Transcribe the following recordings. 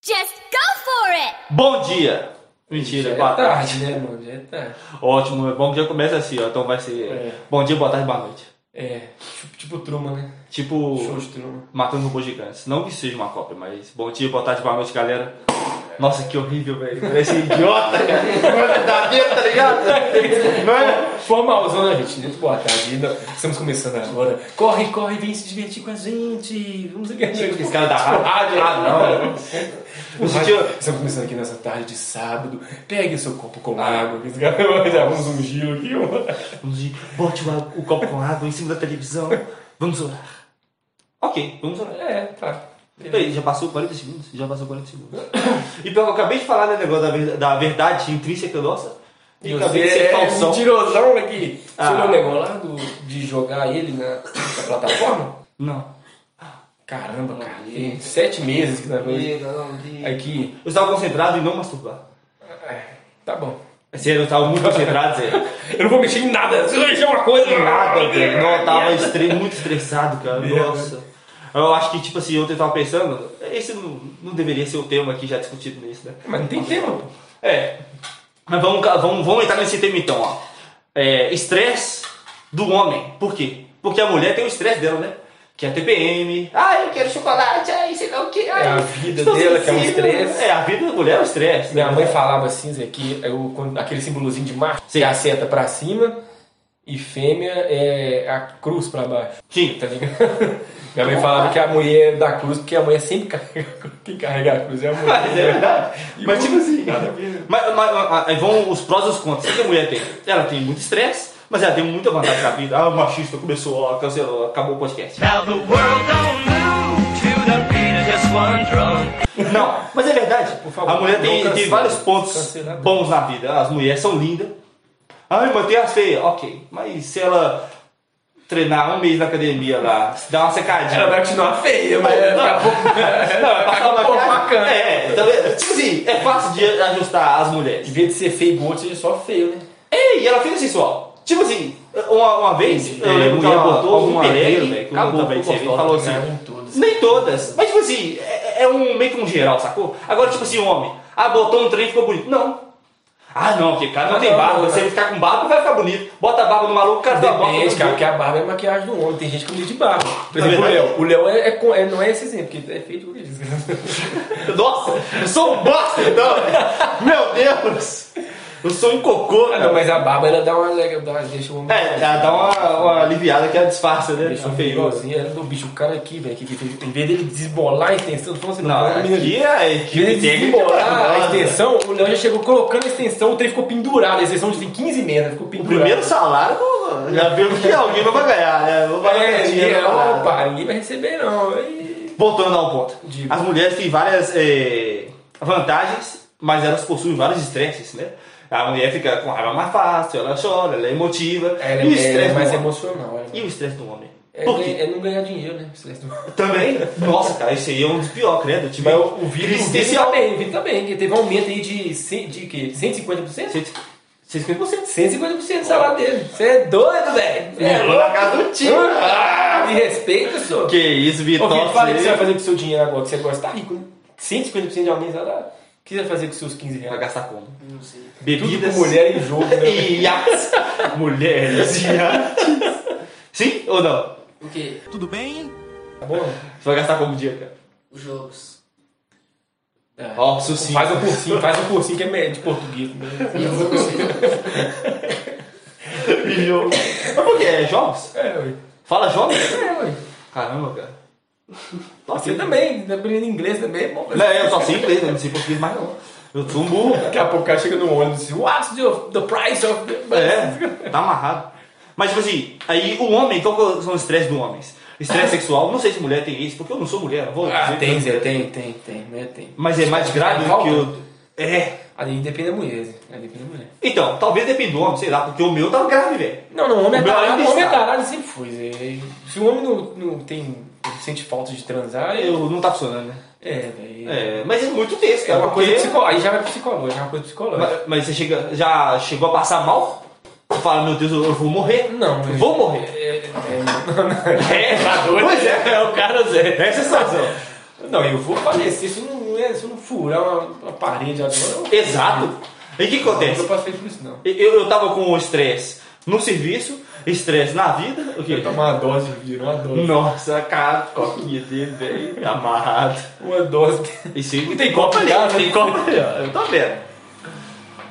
Just go for it! Bom dia! Mentira, Já boa é tarde. tarde, né, mano? Já é tarde. Ótimo, é bom que já começa assim, ó. Então vai ser É. bom dia, boa tarde, boa noite. É, tipo, tipo Truman, né? Tipo, Show de Truman. matando robôs gigantes. Não que seja uma cópia, mas bom dia, boa tarde, boa noite, galera. Nossa, que horrível, velho. Parece um idiota, cara. Mano, tá vendo, tá ligado? Mano. Formalzona, gente. Muito boa tarde. Não, estamos começando agora. Corre, corre, vem se divertir com a gente. Tipo, Vamos aqui. Esse cara da rádio. Ah, não. No sentido- Estamos começando aqui nessa tarde de sábado. Pegue o seu copo com Ah. água. que Esse cara já vamos um giro aqui. ó. Vamos ir, bote o, o copo com água em cima da televisão. Vamos orar. Ok, vamos orar. É, tá. Peraí, já passou 40 segundos? Já passou 40 segundos. E pelo que eu acabei de falar, né, negócio da, ver- da verdade intrínseca nossa. E acabei de ser é falsão. mentirosão, né? Que Ah. tirou o negócio lá do- de jogar ele na, na plataforma? Não. Caramba, cara. Tem sete meses que tá coisa. Aqui. Eu estava concentrado em não masturbar. É, Tá bom. É Sério, eu estava muito concentrado, sério. Eu não vou mexer em nada. Se eu mexer uma coisa, Nada, velho. Não, eu tava estre- muito estressado, cara. Merda. Nossa. Eu acho que, tipo assim, ontem eu tava pensando, esse não, não deveria ser o tema aqui já discutido nisso, né? Mas não tem tema, pô. É. Mas vamos, ca- vamos, vamos entrar nesse tema então, ó. É, Estresse do homem. Por quê? Porque a mulher tem o estresse dela, né? Que é a TPM. Ah, eu quero chocolate, ai, sei lá o que. ai, a vida estou dela que é um sensível. estresse. É, a vida da mulher é um estresse. Minha né? mãe falava assim, Zé, que eu, quando- aquele símbolozinho de macho, você acerta pra cima e fêmea é a cruz pra baixo, Sim. tá ligado? Minha mãe falava que a mulher da cruz, porque a mulher sempre carrega, a cruz. quem carrega a cruz é a mulher. Mas é verdade. E Mas o- tipo assim. nada a ver. Mas, mas- mas- aí vão os prós e os contras. O que a mulher tem? Ela tem muito estresse, mas ela tem muita vantagem na vida. Ah, o machista começou, ó, cancelou, acabou o podcast. Now the world don't move to the beat of just one drum. Não, mas é verdade. favor, a mulher tem, não cancela. tem vários pontos Cancela. bons na vida. As mulheres são lindas. Ah, Ai, mas tem as feias. Ok. Mas se ela treinar um mês na academia lá, se dar uma secadinha. Ela vai continuar feia, mas daqui a pouco é Não, é passar Tá com uma um pouco maquiagem. bacana. É, é, tá vendo? tipo assim, é fácil de ajustar as mulheres. Em vez de ser feio e gordo, seja só feio, né? Ei, ela fez sensual. Tipo assim, uma, uma vez, eu É, lembro que ela mulher botou algum uma pedreiro, lei, velho, que acabou, não tá também, bem você gostosa, falou assim, né? Nem todas. nem todas, mas tipo assim, é, é um meio que um geral, sacou? Agora, tipo assim, homem, ah, botou um trem e ficou bonito. Não. Ah, não, porque cara não Ah, tem não, barba, não, você não. ficar com barba vai ficar bonito. Bota a barba no maluco, o cara dá uma barba. Depende, no cara, maluco. porque a barba é maquiagem do homem. Tem gente que usa de barba. Por Na exemplo, o verdade- Léo. O Léo é, é co- é- não é esse exemplo, porque é feito o que ele diz. Nossa, eu sou um bosta, então. Meu Deus. Eu sou um cocô, Ah, não, cara. mas a barba ela dá uma. Ela dá, deixa o homem. É, ela dá uma, uma aliviada que ela disfarça, né? Deixa o Feio. feiozinho. Ela é do bicho, o cara aqui, velho, que, que, que- em vez dele desbolar a extensão, então, assim, Não, menina aqui ali. é a Em vez equipe né? de técnica desbolar a maravilhosa. extensão, o Léo já chegou colocando a extensão, o trem ficou pendurado. A extensão de 15 metros, ficou O pendurado. É, primeiro salário já viu que alguém não vai ganhar, né? Não vai ganhar É, dinheiro, ninguém, não vai ganhar. opa, ninguém vai receber, não. E- Voltando ao ponto. Diga. As mulheres têm várias eh, vantagens, mas elas possuem vários estresses, né? A mulher fica com raiva mais fácil, ela chora, ela é emotiva. Ela, e o é- ela é estresse mais do homem? emocional. ela- E o estresse do homem? É, Por ganha- quê? é não ganhar dinheiro, né? Vocês não- Também? Nossa, cara, isso aí é um dos piores, credo. Eu tive Mas o, o Vini, o Vini tá existencial. bem, o Vini tá bem, que teve um aumento aí de, cem- de que? 150%? 150%. 150% do salário dele. Você é doido, velho. É, vou na casa do tio. Ah, me respeita, senhor. Que isso, Ô, Vitor. Vini, fala aí o que você vai Você fazer com o seu dinheiro agora, que você gosta, tá rico, né? 150% de aumento, nada. O que você vai fazer com os seus 15 vai reais? gastar como? Não sei. Tudo Bebidas. com mulher em jogo, né? E iates. Mulheres e iates. Sim ou não? O quê? Tudo bem? Tá bom? Você vai gastar como dia, cara? Os jogos. É. Ó, sucinto. Faz um cursinho, faz um cursinho que é me- de português. né? E eu vou vocês. um milhão. Mas por quê? É jogos? É, ué. Fala jogos? É, ué. Caramba, cara. assim Você também, tá aprendendo inglês também, é bom. Não, eu só sei inglês, eu não sei português mais não. Eu sou um burro, cara. Daqui a pouco o cara chega no ônibus e diz, what's the, the price of... the-" É, tá amarrado. Mas, tipo assim, aí o homem, qual que são os estresses do homem? Estresse sexual, não sei se mulher tem isso, porque eu não sou mulher, não vou Ah, dizer. tem, Zé, tem, tem, tem, mulher tem. Mas é mais grave do que o. É. Ali depende da mulher, Zé. Ali depende da mulher. Então, talvez dependa do homem, sei lá, porque o meu tava grave, velho. Não, não, homem é Meu tarado, ainda homem é está. tarado, sempre foi, Zé. Se o homem não, não tem, sente falta de transar, eu... Eu não tá funcionando, né? É, velho. É, É, mas é muito texto, cara. uma porque- coisa psicológica, aí já vai pro psicólogo, já é uma coisa psicológica. Mas, mas você chega, já chegou a passar mal? Você fala, meu Deus, eu eu vou morrer. Não, eu vou morrer. É, é, não, não. É, tá Pois é, é o cara, Zé. Essa é a situação. Não, eu vou falecer, isso não, não é né, se eu não furar uma, uma parede agora, eu- Exato. E o que acontece? eu passei por isso não. Eu, eu tava com estresse no serviço, estresse na vida. O quê? Eu tomar uma dose de vidro, uma dose. Nossa, cara, coquinha dele, velho. tá Amarrado. Uma dose. Isso aí tem copa ali, Complicado, tem né? copa ali, ó. Eu tô vendo.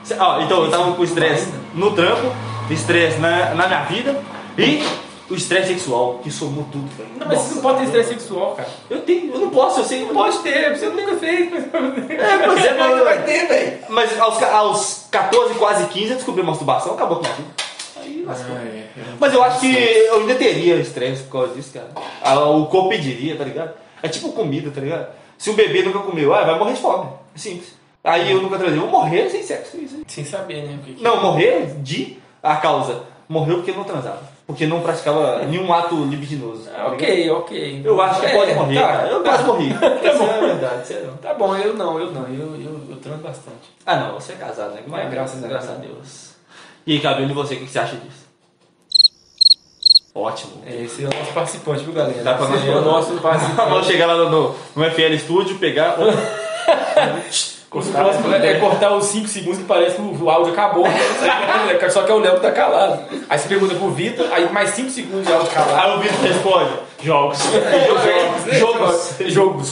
Cê- ó, então eu tava com estresse no trampo, estresse na, na minha vida e o estresse sexual, que somou tudo, velho. Não, mas você não pode ter estresse sexual, cara. Eu tenho, eu não posso, eu sei que eu não posso. Pode ter, você nunca fez, mas. É, mas é, mas- ter, velho. Mas aos, ca- aos 14, quase 15 eu descobri masturbação, acabou com a minha vida. Aí lascou. Ah, é, Mas eu acho que eu ainda teria estresse por causa disso, cara. Ah, O corpo pediria, tá ligado? É tipo comida, tá ligado? Se um bebê nunca comeu, ah, vai morrer de fome. É Simples. Aí eu nunca trazia, eu vou morrer sem sexo. é Isso aí. Sem saber, né? o que que- Não, morrer de a causa. Morreu porque não transava. Porque não praticava nenhum ato libidinoso. tá Ah, ligado? ok, ok. Eu acho que pode É, morrer, tá, cara. Eu tá. quase morri. Essa é a verdade, sério. Tá bom, eu não, eu não. Eu, eu, eu transo bastante. Ah não, você é casado, né? Mas É, graças a graças a Deus. E aí, Cabelo, e você, o que você acha disso? Ótimo. É, Esse é o nosso participante, viu, galera? Dá pra nós Esse é o falar. nosso Vamos participante. chegar lá no, no FL Studio, pegar. Os próximos é cortar os 5 segundos que parece que o áudio acabou. Só que é o Léo que tá calado. Aí você pergunta pro Vitor, aí mais 5 segundos de áudio tá calado. Aí o Vitor responde: Jogos. Jogos, jogos, jogos.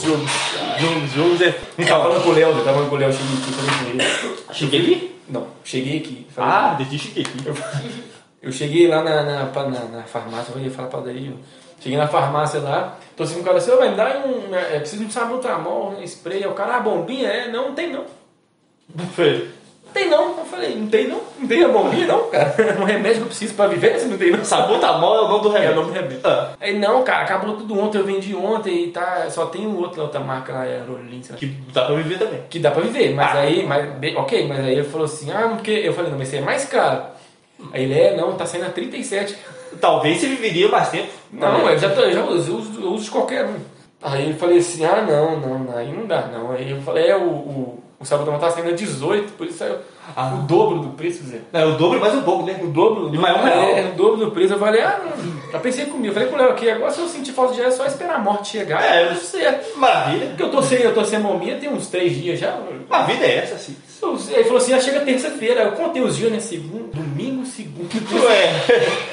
Jogos, jogos é. Tava Então, falando com o Léo, eu tava falando com o Léo, cheguei aqui, falei com ele. cheguei aqui? Não, cheguei aqui. falei- Ah, desde cheguei aqui. Eu cheguei lá na, na, pa- na, na farmácia, eu ia falar padaria. Cheguei na farmácia lá, tô assim com o cara assim, ô, vai me dá um. É, preciso de um sabutramol, um spray. Aí o cara, ah, bombinha? É, não, não tem não. Foi. Não tem não. Eu falei, não tem não? Não tem a bombinha não, cara. Um remédio que eu preciso pra viver, você não tem não. Sabutamol é o nome do É o remédio. nome do remédio. Ah, Aí não, cara, acabou tudo ontem, eu vendi ontem e tá. Só tem um outro, outra marca lá, é Rolins, que dá pra viver também. que dá pra viver, mas Ah. aí, mas, bem, ok, mas aí ele falou assim, ah, porque. Eu falei, não, mas isso aí é mais caro. Aí ele é, não, tá saindo a 37. Talvez você viveria mais tempo. Não, é. eu já, tô- eu já uso, eu uso, eu uso de qualquer um. Aí eu falei assim, ah não, não, aí não dá, não. Aí eu falei, é, o, o, o sabotão tá saindo a 18, por isso saiu Ah. o dobro do preço, Zé. É o dobro mais um pouco, né? O dobro, E mais um real. é, o dobro do preço. Eu falei, ah, não. Eu pensei comigo, eu falei com o Léo aqui, agora se eu sentir falta de ar é só esperar a morte chegar. É, eu sei. Maravilha. Porque eu tô sem, eu tô sem momia tem uns três dias já. A vida é essa, assim. Eu- Ele falou assim, ah, chega terça-feira. Eu contei os dias, né? Segundo, domingo, segundo. Ué,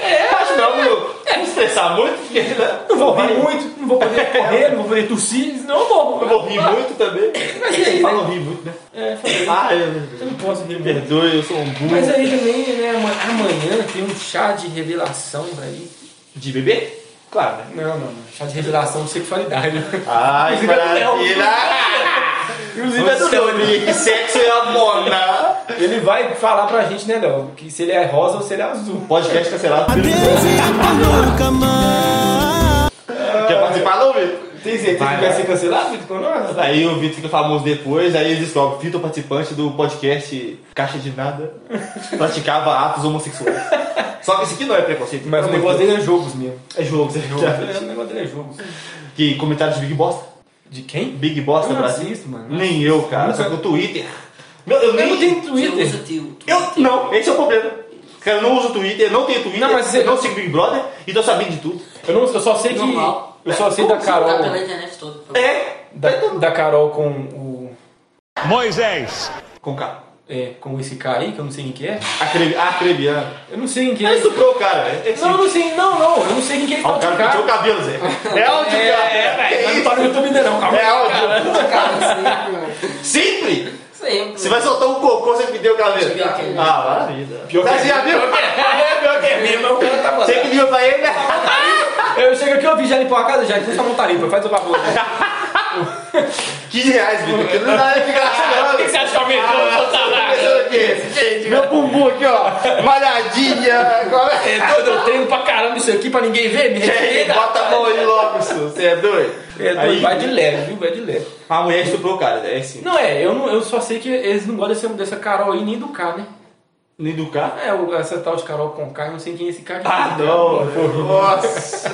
é, acho não, meu. Não estressar muito, porque né? Não vou rir muito, não vou poder correr, não vou poder tossir, não vou. Eu vou rir muito também. Mas e aí, Fala né? rir muito, né? É, falei, Ah, eu eu não posso rir me muito. perdoe, eu sou um burro. Mas aí também, né, ama- amanhã tem um chá de revelação aí. De bebê? Claro, né? Não, não, não. Chá de revelação de sexualidade. né? Ai, Inclusive, é do Léo. Inclusive, é do Léo. que sexo é a um mona. Ele vai falar pra gente, né, Léo, que se ele é rosa ou se ele é azul. Podcast cancelado. Quer participar, não, Vitor? Tem certeza Vai, que vai vai. ser cancelado, Vitor, assim com nós? Aí o Vitor fica famoso depois, aí ele descobre Vitor, participante do podcast Caixa de Nada, praticava atos homossexuais. Só que isso aqui não é preconceito. Mas o Não, negócio dele é jogos mesmo. É jogo, é Jogos, é, o negócio dele é jogos. Que comentário de Big Bosta? De quem? Hum. Big Bosta Eu não Brasil? assisto, mano. Nem eu, cara. Nunca- Só que o Twitter. Meu, eu nem Eu não tenho Twitter. Você usa teu- Eu não, esse é o problema. Cara, eu não uso Twitter, eu não tenho Twitter, Não, mas você- eu não sigo Big Brother e tô sabendo de tudo. Eu, não, eu só sei que. Normal. Eu só sei Como da você tá Carol. pela internet toda. É, Da, da Carol com o. Moisés. com K. É, com esse cara aí, que eu não sei quem que é. Acrevi... Acreviano. Eu não sei quem que é. Ele estuprou o cara, velho. Esse- Não, eu não sei, não, não, eu não sei quem que é Ah, o tal de cara pintou o cabelo, Zé. É o de É, cara. é, Que velho, mas não isso? tá no YouTube ainda não, calma. É áudio. Cara, sempre. Sempre! Sempre. Você vai soltar um cocô, você me deu o cabelo. Pior que é mesmo. Ah, maravilha. Pior que Mas é já viu? É, pior que é mesmo. Meu cara tá Você que viu pra ele, né? Eu chego aqui, eu vi já limpar a casa, já então a mão tá limpa, faz o favor. 15 reais, Vitor, que não dá nem ficar assim, não. você acha que aumentou? Pensando o quê? Gente, Meu bumbum aqui, ó, malhadinha, agora é É doido, eu treino pra caramba isso aqui pra ninguém ver, me doido. respeita. Bota a mão aí logo, senhor, você é doido? É doido, Aí, vai de leve, viu? Vai de leve. A mulher estuprou o cara, é assim. Não é, eu, não, eu só sei que eles não gostam dessa, dessa Carol aí nem do K, né? Nem do carro? É, o- essa tal de Carol com K, eu não sei quem é esse cara. Ah, não. Nossa.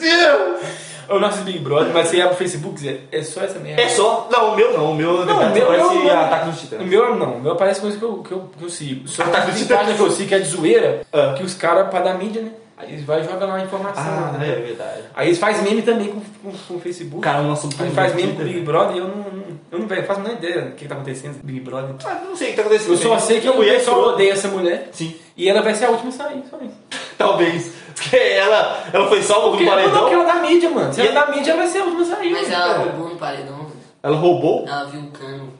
Deus. É O nosso Big Brother, mas você abre o Facebook, Zé, é só essa merda. É só... Não, o meu não, o meu... Não, o meu- parece é eu não- ataque dos O titãs. meu é não, o meu aparece coisa que eu, que eu, que eu sigo. Só Ah, tá, que tem você tá- página que eu sigo que é de zoeira, Ah. que os caras, pra dar mídia, né? Aí eles vai e joga lá a informação. Ah, né? é verdade. Aí eles fazem meme também com, com, com o O Facebook. cara lança um Ele faz meme com o Big Brother e eu não, não, Eu não velho, faço nem ideia do que, que tá acontecendo, Big Brother. Ah, não sei o que tá acontecendo. Eu só né? sei que a a mulher entrou- só odeia essa mulher. Sim, E ela vai ser a última a sair, só isso. talvez. Porque ela, ela foi salva do Porque ela, não, porque paredão. ela é da mídia, mano. Se E ela é da mídia, ela vai ser a última a sair. Mas mano. ela roubou no paredão, velho. Ela roubou? Ela viu o cano.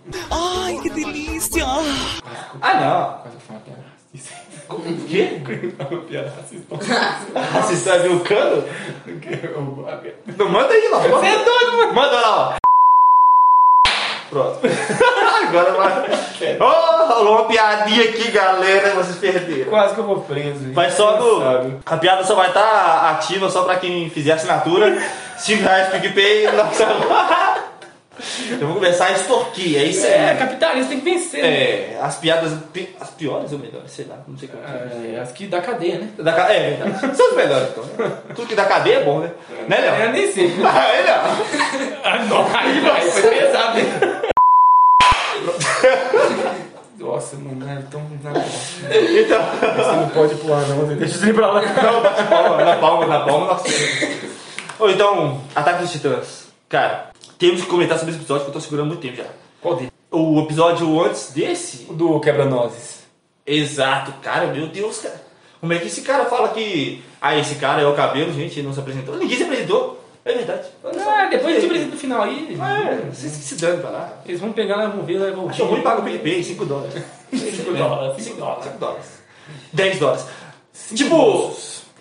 Ah, Quase que foi uma piada racista. não. O quê? Uma piada racista. Ah, você está cano? Eu- eu- Não, manda aí, não. Você é doido, mano. Manda lá, ó. Pronto. Agora vai. Ô, rolou uma piadinha aqui, galera. Vocês perderam. Quase que eu vou preso. hein? Mas só Sabe? no. A piada só vai estar ativa só pra quem fizer assinatura. 5 reais PicPay, nossa. Eu vou começar a extorquir, é isso É, aí. capitalista tem que vencer. né? É, as piadas. pi- As piores ou melhores, sei lá, não sei como. É, É, as que dá cadeia, né? da, ca- é verdade. São as melhores, então. Tudo que dá cadeia é bom, né? Né, Eu Léo? nem sei. É, Léo. Ah, não, aí vai, foi pesado. hein? Nossa, mano, é tão. Você Então. não pode pular, não. Deixa eu ir pra lá. Não, bate palma, na palma, na palma, nossa. Ou então, Ataque dos Titãs. Cara, temos que comentar sobre esse episódio que eu tô segurando muito tempo já. Qual dele? O episódio antes desse. Do quebra-nozes. Exato, cara, meu Deus, cara. Como é que esse cara fala que. Ah, esse cara é o cabelo, gente, ele não se apresentou. Ninguém se apresentou. É verdade. Olha só. Ah, depois a gente apresenta no final aí. É, vocês que se dando pra lá. Eles vão pegar, vão ver, levam o Achou ruim paga o PicPay, 5 dólares. 5 dólares. 5 5 dólares. dólares. 5 dólares. 10 dólares. Tipo,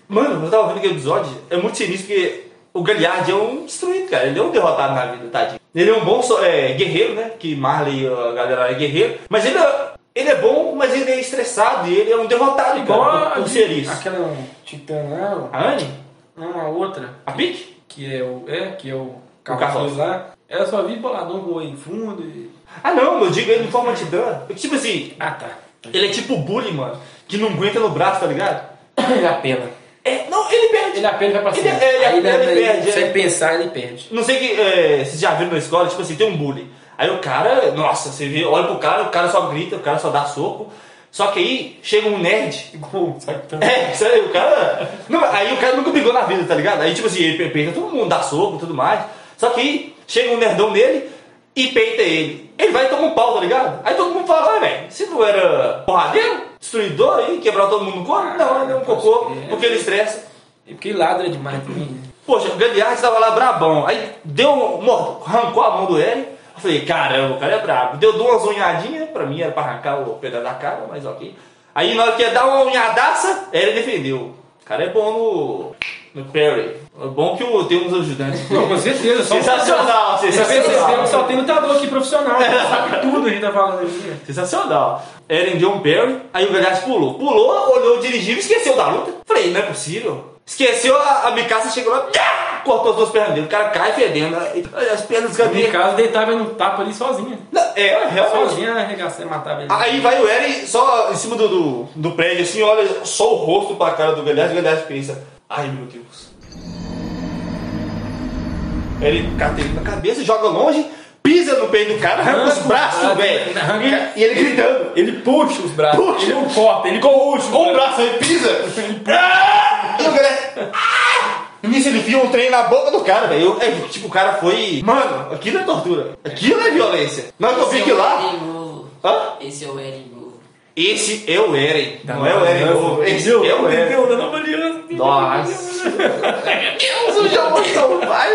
mano, eu tava vendo aquele episódio, é muito sinistro porque o Galhardi é um destruído, cara. Ele é um derrotado na vida, tadinho. Ele é um bom so- é, guerreiro, né? Que Marley e a galera é guerreiro. Mas ele é, ele é bom, mas ele é estressado e ele é um derrotado, cara, Igual por, por ser isso. Aquela titã, não. A Anne? Não, a outra. A Pique? Que é o. É, que é o. Carroça. Carroça lá. Ela só vive boladão com o olho em fundo e. Ah não, eu digo ele em forma de Dan. Tipo assim, Ah, tá. ele é tipo o bully, mano, que não aguenta no braço, tá ligado? Ele apela. É, não, ele perde. Ele apela e vai pra Ele- cima. é, ele Aí, apela né, e ele perde, Sem é. pensar, ele perde. Não sei que é, vocês já viram na escola, tipo assim, tem um bullying. Aí o cara, nossa, você vê, olha pro cara, o cara só grita, o cara só dá soco. Só que aí chega um nerd. Igual, sabe? Então, É, sério, o cara. Não, aí o cara nunca brigou na vida, tá ligado? Aí tipo assim, ele pe- peita todo mundo, dá soco e tudo mais. Só que aí chega um nerdão nele e peita ele. Ele vai e toma um pau, tá ligado? Aí todo mundo fala, ah, velho, você não era porradeiro, destruidor aí, quebrar todo mundo no corpo? Não, ele é um cocô, porque ele estressa. E porque ele ladra demais pra mim. né? Poxa, o Galeardi estava lá brabão. Aí deu, um- mor- arrancou a mão do Eric. Eu falei, caramba, o cara é brabo. Deu duas unhadinhas, pra mim era pra arrancar o pedaço da cara, mas ok. Aí na hora que ia dar uma unhadaça, ele defendeu. O cara é bom no. no Perry. É bom que o, tem uns ajudantes. Não, com certeza. Só Sensacional, Você percebeu sensacional. que só tem lutador aqui profissional. né? Sabe tudo a gente tá falando aqui. Sensacional. Eren John Perry, aí o Galhardo pulou. Pulou, olhou o dirigível e esqueceu da luta. Falei, não é possível. Esqueceu, a, a Mikasa chegou lá, pá, cortou as duas pernas dele. O cara cai fedendo. aí, As pernas No meu caminham. caso, deitava no tapa ali sozinha. Não, É, realmente. Sozinha arregaçava e matava ele. Aí vai o Eren só em cima do, do, do prédio, assim, olha só o rosto pra cara do Galhardo e o Galhardo pensa: Ai meu Deus. Ele cata ele na cabeça, joga longe, pisa no peito do cara, arranca os Arranca o braços, braço, velho. arranca- E, e ele gritando. Ele puxa os braços. Puxa. Ele não corta, ele corta. Com o braço aí, pisa. Ah! E o Galhardo. Ah! Nisso ele enfia um trem na boca do cara, velho. Eu- é, tipo, o cara foi. Mano, aquilo é tortura. Aquilo é violência. Não que eu fique lá. Hã? Esse é o Eren Novo. Esse é o Eren. Não é o Eren novo. Esse é Entendeu? o Eren. Entendeu? Da nova aliança. Nossa. Deus, o João Montão vai.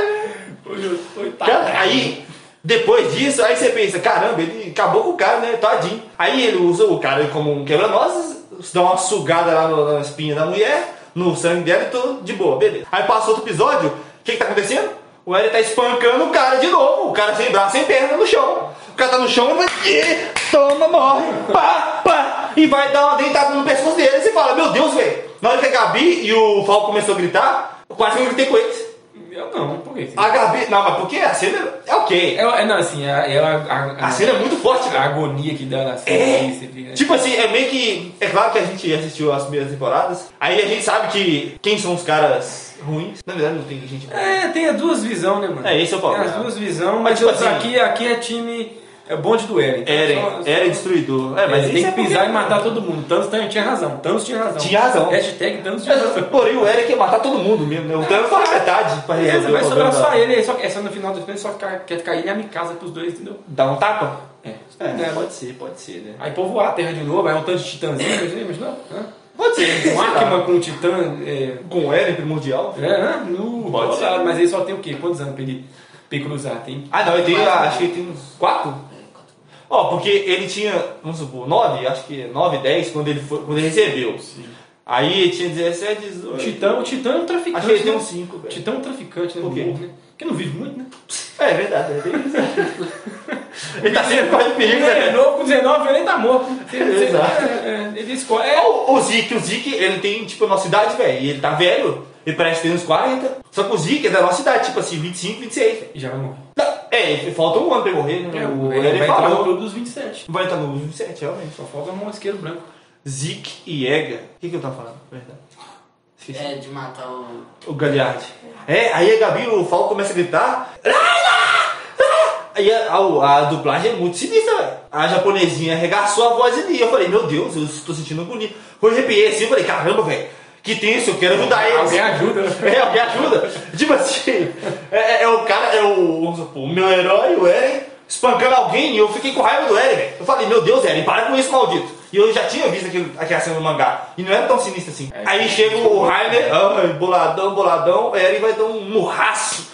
Cara, aí, depois disso, aí você pensa, caramba, ele acabou com o cara, né? Tadinho. Aí ele usa o cara como um quebra-nozes, dá uma sugada lá no- na espinha da mulher, no sangue dela e tudo de boa, beleza. Aí passa outro episódio, o que que tá acontecendo? O Eren tá espancando o cara de novo, o cara sem braço, sem perna, no chão. O cara tá no chão, mas... Ih, toma, morre, pá, pá, e vai dar uma deitada no pescoço dele. E você fala, meu Deus, velho. Na hora que a Gabi e o Falco começou a gritar, eu quase que eu gritei com eles. Eu não, por quê? A Gabi. Não, mas porque a cena é ok. É, é, não, assim, a- ela... a- A a- cena é muito forte, a cara. agonia que dá na É. ciência. né? Tipo assim, é meio que. É claro que a gente assistiu as primeiras temporadas. Aí a gente sabe que quem são os caras ruins. Na verdade, não tem gente. É, tem as duas visões, né, mano? É, esse é o Tem problema. as duas visões, Mas, mas, tipo eu- assim- aqui, aqui é time É o bonde do Eren. Eren, Só- só- Eren destruidor. É, mas É, isso tem que é porque- pisar e matar todo mundo. Thanos tem- tinha razão. Thanos tinha razão. Tinha razão. Hashtag Thanos tinha razão. Mas, Porém, o Eric ia matar todo mundo mesmo, né? O Thanos só a metade pra resolver Beleza, é o vai problema sobrar É, só da- ele. aí Só, é só no final do filme, só ficar, quer ficar ele e a Mikasa pros dois, entendeu? Dá um tapa? É. É, pode ser, pode ser, né? Aí povoar a Terra de novo, aí um tanto de titãzinho, imagina, imagina. hã? Pode ser. Tá. Um Akima com um titã. É, Com o Eric primordial? é, hã? no, Pode rodado, ser. mas ele só tem o quê? Quantos anos pra ele, pra ele cruzar? Tem Ah, não, ele tem, acho que ele tem uns 4? É, quatro. Ó, porque ele tinha, vamos supor, 9, acho que 9, 10, quando ele, foi, quando ele recebeu. Aí ele tinha 17, o 18. Titã, o Titã é um traficante. Acho que ele tem né? uns 5, velho. Titã é um traficante, né? Por quê? No morro, né? Porque não vive muito, né? É, é verdade, é bem isso. ele tá sempre correndo perigo, né? Ele é velho? novo, com 19 ele tá morto. Ele- Exato. é, é, Ele escolhe. É É, o, o Zeke, o Zeke, ele tem, tipo, a nossa idade, velho. E ele tá velho, ele parece ter uns 40. Só que o Zeke é da nossa idade, tipo assim, 25, 26. velho. e já vai morrer. Não, É, falta um ano pra ele morrer, né? É, o ele ele vai entrar no falou. clube dos 27. Vai entrar no 27, realmente. Só falta um isqueiro branco. Zeke e Ega. O que que eu tava falando? Verdade. Esqueci. É, de matar o. O Galiardi. É, aí a Gabi, o Falco começa a gritar. "Laila! Laila!" Aí a, a- a dublagem é muito sinistra, velho. A japonesinha arregaçou a voz ali. Eu falei, meu Deus, eu estou sentindo agonia. Eu arrepiei assim, eu falei, caramba, velho. Que tenso, eu quero ajudar eles. Alguém ajuda. né? É, alguém ajuda. Tipo assim, é, é- é o cara, é o, vamos supor, o meu herói, o Eren, espancando alguém e eu fiquei com raiva do Eren, velho. Eu falei, meu Deus, Eren, para com isso, maldito. E eu já tinha visto aquele, aquela cena do mangá. E não era tão sinistra assim. Aí chega o Rainer, ai, boladão, boladão, o Eren vai dar um murraço,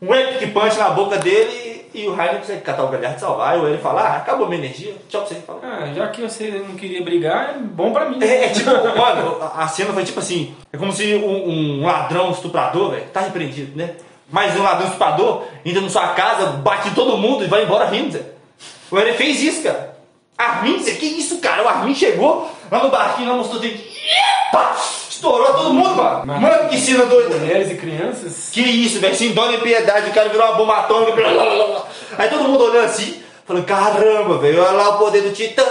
um epic punch na boca dele e o Rainer consegue catar o galhardo e salvar. E o Eren fala, ah, acabou minha energia, tchau pra você. Falou. Ah, já que você não queria brigar, é bom pra mim. É, é tipo, mano, a a cena foi tipo assim: é como se um, um ladrão estuprador, velho, tá repreendido, né? Mas um ladrão estuprador entra na sua casa, bate em todo mundo e vai embora rindo, Zé. O Eren fez isso, cara. Armin, Zé, que isso, cara? O Armin chegou lá no barquinho, lá mostrou o dedo. Epa! Estourou todo mundo, mano. Mas- Mano, que cena doida. Mulheres e crianças. Que isso, velho, sem dó nem piedade, o cara virou uma bomba atômica. blá, blá, blá, blá. Aí todo mundo olhando assim, falando: caramba, velho, olha lá o poder do Titã.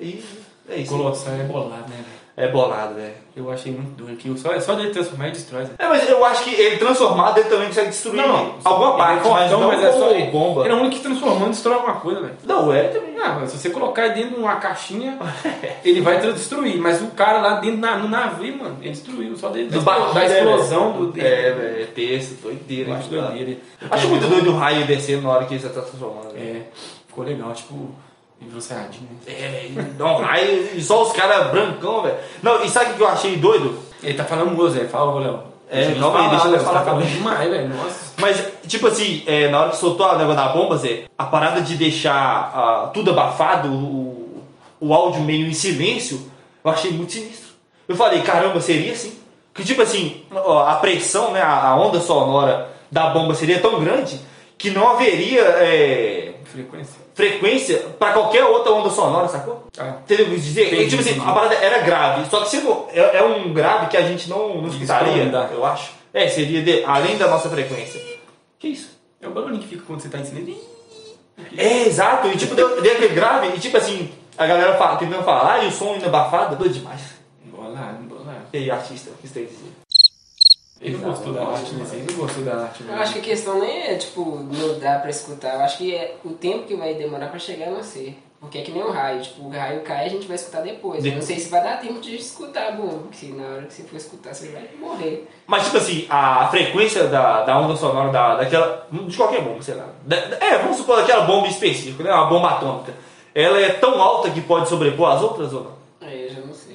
E é isso. Colossal é bolado, né, velho? É bolado, velho. Eu achei muito doido aquilo. Só, é só dele transformar e destrói. né? Zé. É, mas eu acho que ele transformado, ele também consegue destruir alguma parte, ele é mas fortão, não é só ele. bomba. Ele é o único que transformando destrói alguma coisa, velho. Não, é também. Ah, mas se você colocar ele dentro de uma caixinha, ele vai tra- destruir. Mas o cara lá dentro na- no navio, mano, ele destruiu. Só dele, da, explo- da explosão né, do velho? É, velho, é texto, doideira. Eu acho hein, cara. doideira. tá. Acho É, muito doido o raio descendo na hora que ele já tá transformando. velho. É, ficou legal, tipo, virou Saiyajin, né? É, velho, dá um raio e só os caras brancão, velho. Não, e sabe o que eu achei doido? Ele tá falando muito, Zé. Fala, ô, Léo. É, calma aí, deixa eu Léo, Você tá falar, calma falando aí. demais, velho. Nossa. Mas, tipo assim, é, na hora que soltou a negócio da bomba, Zé, a parada de deixar ah, tudo abafado, o, o áudio meio em silêncio, eu achei muito sinistro. Eu falei, caramba, seria assim? Que, tipo assim, ó, a pressão, né, a, a onda sonora da bomba seria tão grande que não haveria é, Frequência. frequência para qualquer outra onda sonora, sacou? Ah, Entendeu o que eu quis dizer? Entendi, tipo assim, entendi. a parada era grave, só que se não- é, é um grave que a gente não, não escutaria, não dá. eu acho. É, seria de- além da nossa frequência. Que isso? é o barulhinho que fica quando você tá em silêncio. É, exato. E tipo, deu, deu aquele grave e tipo assim, a galera fala, tentando falar e o som ainda abafado, doido demais. Bolado, bolado. E aí, artista, o que você tem a dizer? Ele não gostou da arte, né? Ele não gostou da arte, Eu velho. acho que a questão nem é, tipo, não dá pra escutar. Eu acho que é o tempo que vai demorar pra chegar no ser. Porque é que nem o raio. Tipo, o raio cai e a gente vai escutar depois. Eu não sei se vai dar tempo de escutar, bom. Porque na hora que você for escutar, você vai morrer. Mas tipo assim, a frequência da, da onda sonora da, daquela. de qualquer bomba, sei lá. Da- da- é, vamos supor daquela bomba específica, né? Uma bomba atômica. Ela é tão alta que pode sobrepor as outras ou não? Aí É, eu já não sei.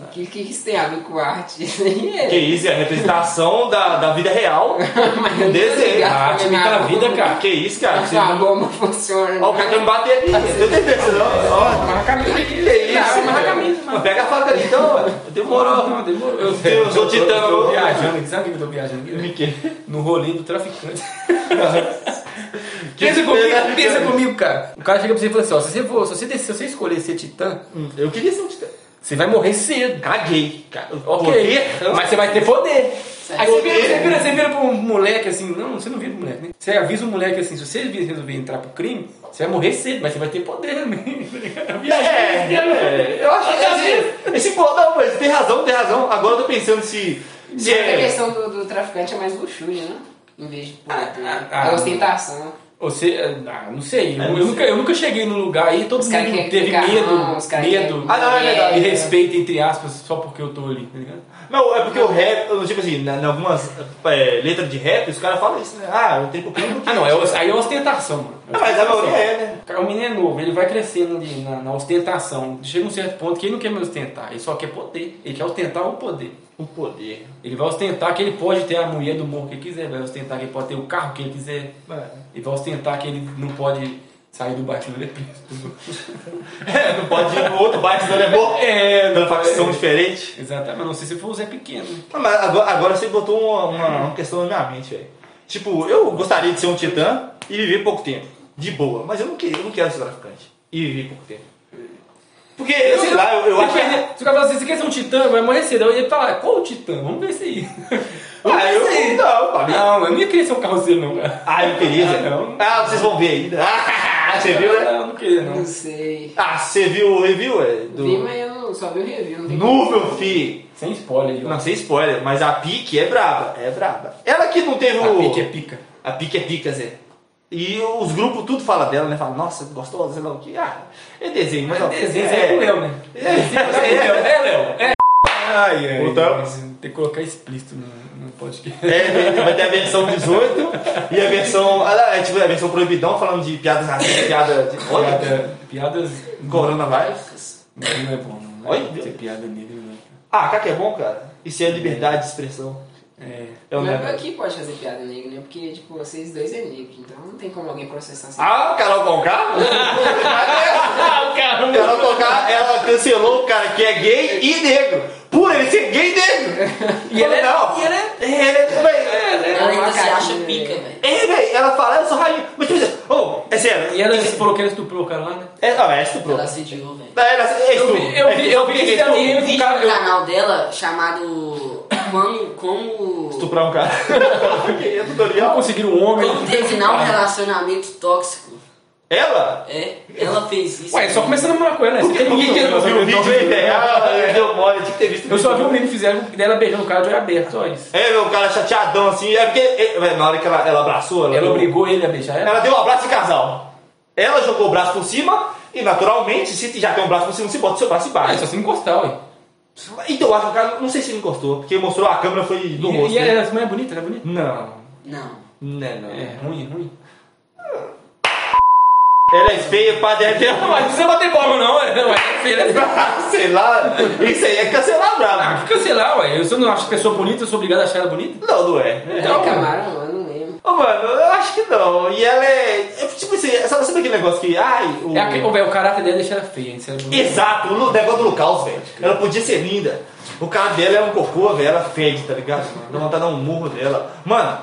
O que, que isso tem a ver com arte? Isso aí é. Que isso, é a representação da, da vida real. um Mas eu não tô Desenho, ligado A arte também imita na Ah, a vida, cara. Que isso, cara? Você... A Ó, bomba funciona. o cara um quer me bater aqui. Tá Eu tenho isso, não. Ó, Amarra a camisa. que isso? Não, amarra a cara? camisa, mano. Pega a faca ali então, mano. Demorou. Não, demorou. Eu, Eu sou titã, eu eu- tô viajando. Sabe o que eu tô viajando? um Me aqui? que- No rolê do traficante. Que pensa comigo, pena. pensa comigo, cara. O cara chega pra você e fala assim, ó, se você, for, se você, descer- se você escolher ser titã, Hum, Eu queria ser um titã. você vai morrer cedo. Caguei. Ca- Ok, Poder? mas você vai ter poder. Aí você vira, Poder. você, vira, você vira pra um moleque assim, não, você não vira pro moleque, né? Você avisa o moleque assim, se você resolver entrar pro crime, você vai morrer cedo, mas você vai ter poder também. tá É, é, eu acho que né? assim, esse pô, não, mas tem razão, tem razão. Agora eu tô pensando se. se A é. questão do, do traficante é mais luxúria, né? Em vez de poder. ah, ah. é ostentação. Você, ah, não sei, eu, É, não eu nunca, eu nunca cheguei num lugar aí, todo Os mundo caras querem teve ficar, medo, não, os caras medo querem- Ah, não, é verdade, e É. respeito, entre aspas, só porque eu tô ali, tá ligado? Não, é porque o rap, eu, tipo assim, na- em algumas é, letras de rap, os caras falam isso, né? Ah, eu tenho que cumprir. Ah, não, é, os- aí é ostentação, mano. Ah, mas a maioria é, né? Cara, O menino é novo, ele vai crescendo ali na, na ostentação. Chega um certo ponto que ele não quer mais ostentar, ele só quer poder. Ele quer ostentar o poder. O um poder. Ele vai ostentar que ele pode ter a mulher do morro que ele quiser, vai ostentar que ele pode ter o carro que ele quiser, ele vai ostentar que ele não pode sair do bairro dele preso. É, não pode ir no outro bairro, senão ele é morto. É, Uma não facção diferente. Exatamente, não sei se for o Zé Pequeno. né? Ah, Mas agora, agora você botou uma, uma- uma questão na minha mente, velho. Tipo, eu gostaria de ser um titã e viver pouco tempo. De boa. Mas eu não, que- eu não quero ser traficante. E viver pouco tempo. Porque, sei lá, eu, eu acho que... Depende- Se o cara falar assim, você quer ser um titã, vai morrer cedo. Eu ia falar, qual o titã? Vamos ver se aí. Vamos Ah, ver se eu... aí. Não, pra mim- Não, eu não ia querer ser um carroceiro, não, cara. Ah, eu queria, Zé. Ah, não. Ah, vocês vão ver ainda. Ah, você viu, né? Não, não queria, não. Não sei. Ah, você viu o review, é? Do... Vi, mas eu não- só vi o review. Não tem Nu, meu filho! Sem spoiler aí, ó. Não sei spoiler, mas a Pique é braba. É braba. Ela que não teve o... A pique é pica. A pica é pica, Zé. E os grupos tudo fala dela, né? Fala, nossa, gostosa, sei lá o que. Ah, é desenho, mas... ó, Desenho é com o Léo, né? É, é, é. É, Léo. É. Ai, ai. Voltamos. Tem que colocar explícito no, no podcast. Então, É, vai ter a versão 18 e a versão... ah, não, É tipo a versão proibidão, falando de piadas racistas, piada de... Olha, Piada, piadas. coronavírus. Não, não é bom, não. Olha, Tem Deus. piada negra, não. cara. Ah, caca é bom, cara. Isso é liberdade de expressão. É. Eu Mas lembro. aqui pode fazer piada negra, né? Porque, tipo, vocês dois é negro, então não tem como alguém processar assim. Ah, Carol Conká? Carol Conká, ela cancelou o cara que é gay e negro. Por ele ser gay e negro. E ele é- não. E ela é. Ele é- véi, Ela ainda se Macaquinho, acha né? pica, velho. É, velho, ela fala, eu sou rainha. Mas tipo assim, ô, é sério. E ela você falou que ela estuprou o cara lá, né? É, não, é estupro. Ela assediou, velho. Não, ela- é Eu estupro. vi, eu vi, eu vi É que estupro. ela Tem um ia vídeo cara. no eu- canal dela chamado Como. Como. Estuprar um cara. é Não tutorial. conseguiram um homem. Como terminar um relacionamento tóxico. Ela? É, ela fez isso. Ué, só começa a namorar com ela, né? Por que, Você tem por que um que eu não vi o vídeo, hein, velho? Ah, deu mole, tinha que ter visto o Eu só vi vídeo. um menino fizeram dela beijando o cara de olho aberto, só isso. É, meu, o cara chateadão assim. É porque é, velho, na hora que ela, ela abraçou, ela, Ela deu- obrigou ele a beijar ela. Ela deu um abraço de casal. Ela jogou o braço por cima e, naturalmente, se já tem um braço por cima, você bota o seu braço Ah, é só embaixo. se encostar, ué. Então, eu acho que o cara, não sei se ele encostou, porque mostrou a câmera foi no rosto. E, e né? ela, essa mulher é bonita, ela é bonita. Não. Não. Não, não. É, ruim, ruim. Ela é feia, pá, deve ter Não, mas não precisa bater palma, não, ué. Não, é feia, é feia. Sei lá, isso aí é cancelar brabo. Ah, que cancelar, ué. Se eu não acho a pessoa bonita, eu sou obrigado a achar ela bonita? Não, não é. Então, Camarão, eu não lembro. Ô, mano, eu acho que não. E ela é. é tipo assim, sabe, sabe aquele negócio que. Ai, o. É aquele, ô, velho, o caráter dela deixa ela feia, hein? Se ela é bonita. Exato, o negócio do Lucas, velho. Ela podia ser linda. O cara dela é um cocô, velho. Ela fede, tá ligado? Dá vontade de dar um murro nela. Mano,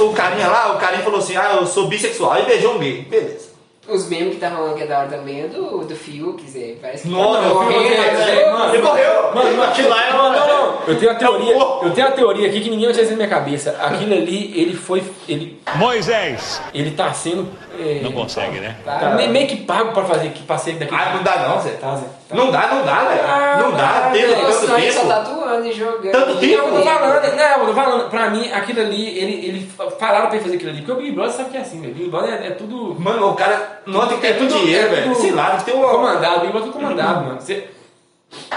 o carinha lá, o carinha falou assim: ah, eu sou bissexual. E beijou um gay. Beleza. Os memes que tá rolando que é da hora também é do, do Fiuk, Zé. Parece que Nossa, tá o Fiuk morrendo, é- né? Zé, mano. Ele morreu. Mano, não, aquilo lá é não, não, não. Eu tenho a teoria, corpo. eu tenho a teoria aqui que ninguém vai dizer na minha cabeça. Aquilo ali, ele foi, ele, Moisés. ele tá sendo, é, Não consegue, né? tá me- meio que pago pra fazer, que passei daqui. Ah, não dá não, Zé. Tá, Zé. Tá. Não dá, não dá, velho. Não dá, teve Ele tanto só- ele só tempo. tatuando e jogando. Tanto tempo? Eu tô falando, né? não, eu tô falando, pra mim, aquilo ali, ele, ele falaram pra ele fazer aquilo ali, porque o Big Brother sabe que é assim, velho. Big Brother é, é tudo Mano, o cara. Nota que tem muito tudo- dinheiro, é velho. tudo- Sei lá, tem que ter um. comandado, o Big Brother é tudo comandado, mano. Você,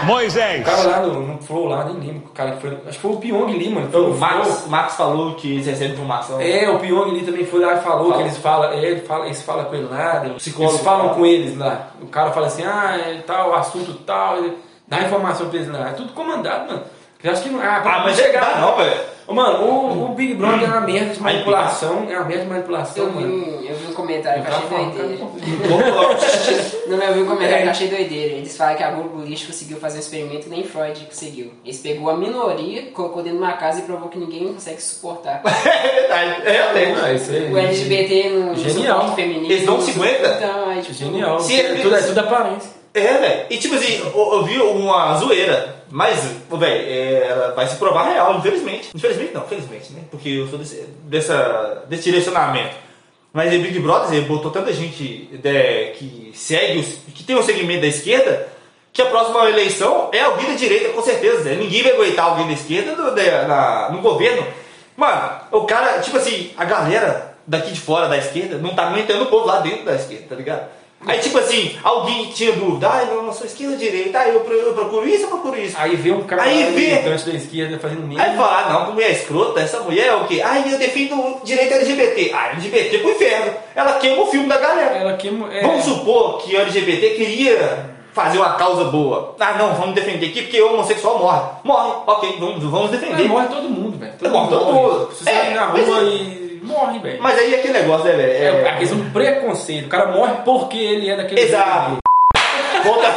o Moisés. cara lá no, no Flow lá, nem lembro o cara que foi, acho que foi o Pyong Lee, mano. Foi O no Flow. Max, Max falou que eles recebem informação. É, o Pyong ali também foi lá e falou Fala. que eles falam, é, ele fala, eles falam com ele lá, né? Psicólogo. eles falam com eles lá. O cara fala assim, ah, é tal, assunto tal, ele dá informação pra eles lá. É tudo comandado, mano. Eu acho que não. Ah, pra Ah, mas não chegar dá não, velho. Ô, Mano, o, o Big Brother é uma merda de Aí, manipulação, é uma merda de Então, manipulação, Eu vi, mano. um, eu vi um comentário que eu Tá achei bom, doideira. tá bom. Não, mas eu vi um É. comentário que eu achei doideira. Eles falam que a Google List conseguiu fazer um experimento que nem Freud conseguiu. Eles pegou a minoria, colocou dentro de uma casa e provou que ninguém consegue suportar. É verdade, é realmente. Ah, isso aí. O LGBT não Genial. suporta o feminismo. Eles não se aguentam? Então, aí, tipo, Genial. Se ele- É tudo, é tudo aparência. É, velho. E tipo assim, eu, eu vi uma zoeira. Mas, velho, é, ela vai se provar real, infelizmente. Infelizmente não, felizmente, né? Porque eu sou desse, dessa, desse direcionamento. Mas o Big Brother ele botou tanta gente né, que segue, os, que tem um segmento da esquerda, que a próxima eleição é alguém da direita, com certeza. Zé. Ninguém vai aguentar alguém da esquerda no, da- na- no governo. Mano, o cara, tipo assim, a galera daqui de fora da esquerda não tá aguentando o povo lá dentro da esquerda, tá ligado? Aí tipo assim, alguém tinha dúvida, ai não, eu sou esquerda ou direita, aí eu, pro- eu procuro isso, eu procuro isso. Aí vê um cara Aí lá, vê- militante da esquerda fazendo meme. Aí fala, ah, não, como é escrota, essa mulher é o quê? Ai, eu defendo o direito LGBT. Ah, LGBT pro inferno. Ela queima o filme da galera. Ela queima. É, Vamos supor que o LGBT queria fazer uma causa boa. Ah, não, vamos defender aqui porque o homossexual morre. Morre, ok, vamos, vamos Mas defender. é, morre todo mundo, velho. Morre todo mundo. Você É, sai na mas rua é- e morre, velho. Mas aí é aquele negócio, né, velho? É, a questão do preconceito. O cara morre porque ele é daquele Exato. jeito. Volta.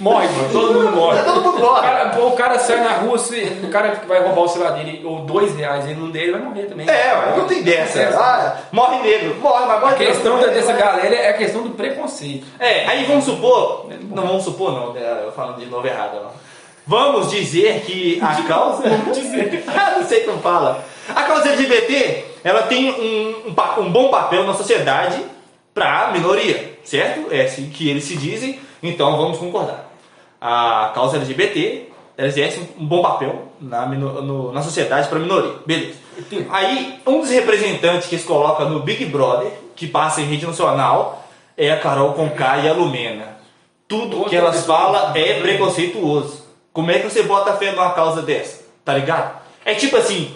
Morre, mano. Todo mundo morre. É, Todo mundo O morre. cara, pô, o cara sai na rua, se o cara que vai roubar o celular dele ou dois reais ele não der, ele vai morrer também. É, não tem dessa. Ah, morre negro, morre, mas morre A questão da- negro. dessa galera é a questão do preconceito. É, aí vamos supor. Não vamos supor, não, né, eu falando de novo errado, não. Vamos dizer que a causa. Vamos dizer. não sei como fala. A causa LGBT, ela tem um, um pa- um bom papel na sociedade para a minoria, certo? É assim que eles se dizem, então vamos concordar. A causa LGBT, ela exerce um bom papel na, mino- no- na sociedade para a minoria, beleza. Aí, um dos representantes que eles colocam no Big Brother, que passa em rede nacional, é a Carol Conká e a Lumena. Tudo que elas falam é preconceituoso. Como é que você bota fé numa causa dessa? Tá ligado? É tipo assim,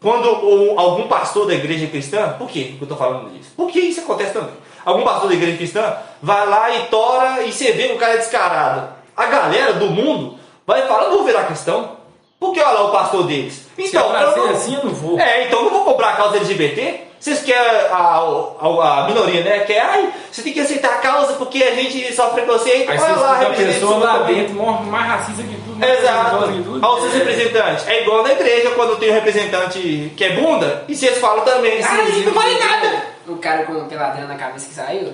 quando o- algum pastor da igreja cristã, por quê que eu tô falando disso? Porque isso acontece também. Algum pastor da igreja cristã vai lá e tora e você vê que o cara é descarado. A galera do mundo vai falar, não vou virar cristão. Porque olha lá o pastor deles. Se eu Então, eu nascer não- assim, eu não vou. é, então eu não vou comprar a causa LGBT. Vocês querem a, a, a minoria, né? Quer, ai, você tem que aceitar a causa porque a gente sofre preconceito. Aí você Olha lá, escuta a representante pessoa lá sobre- dentro, assim, morre mais racista que tudo, mais Exato. preconceituosa que tudo. Aos seus representantes. É igual na igreja quando tem um representante que é bunda e vocês falam também. Ah, isso não vale nada. O cara com peladeira na cabeça que saiu.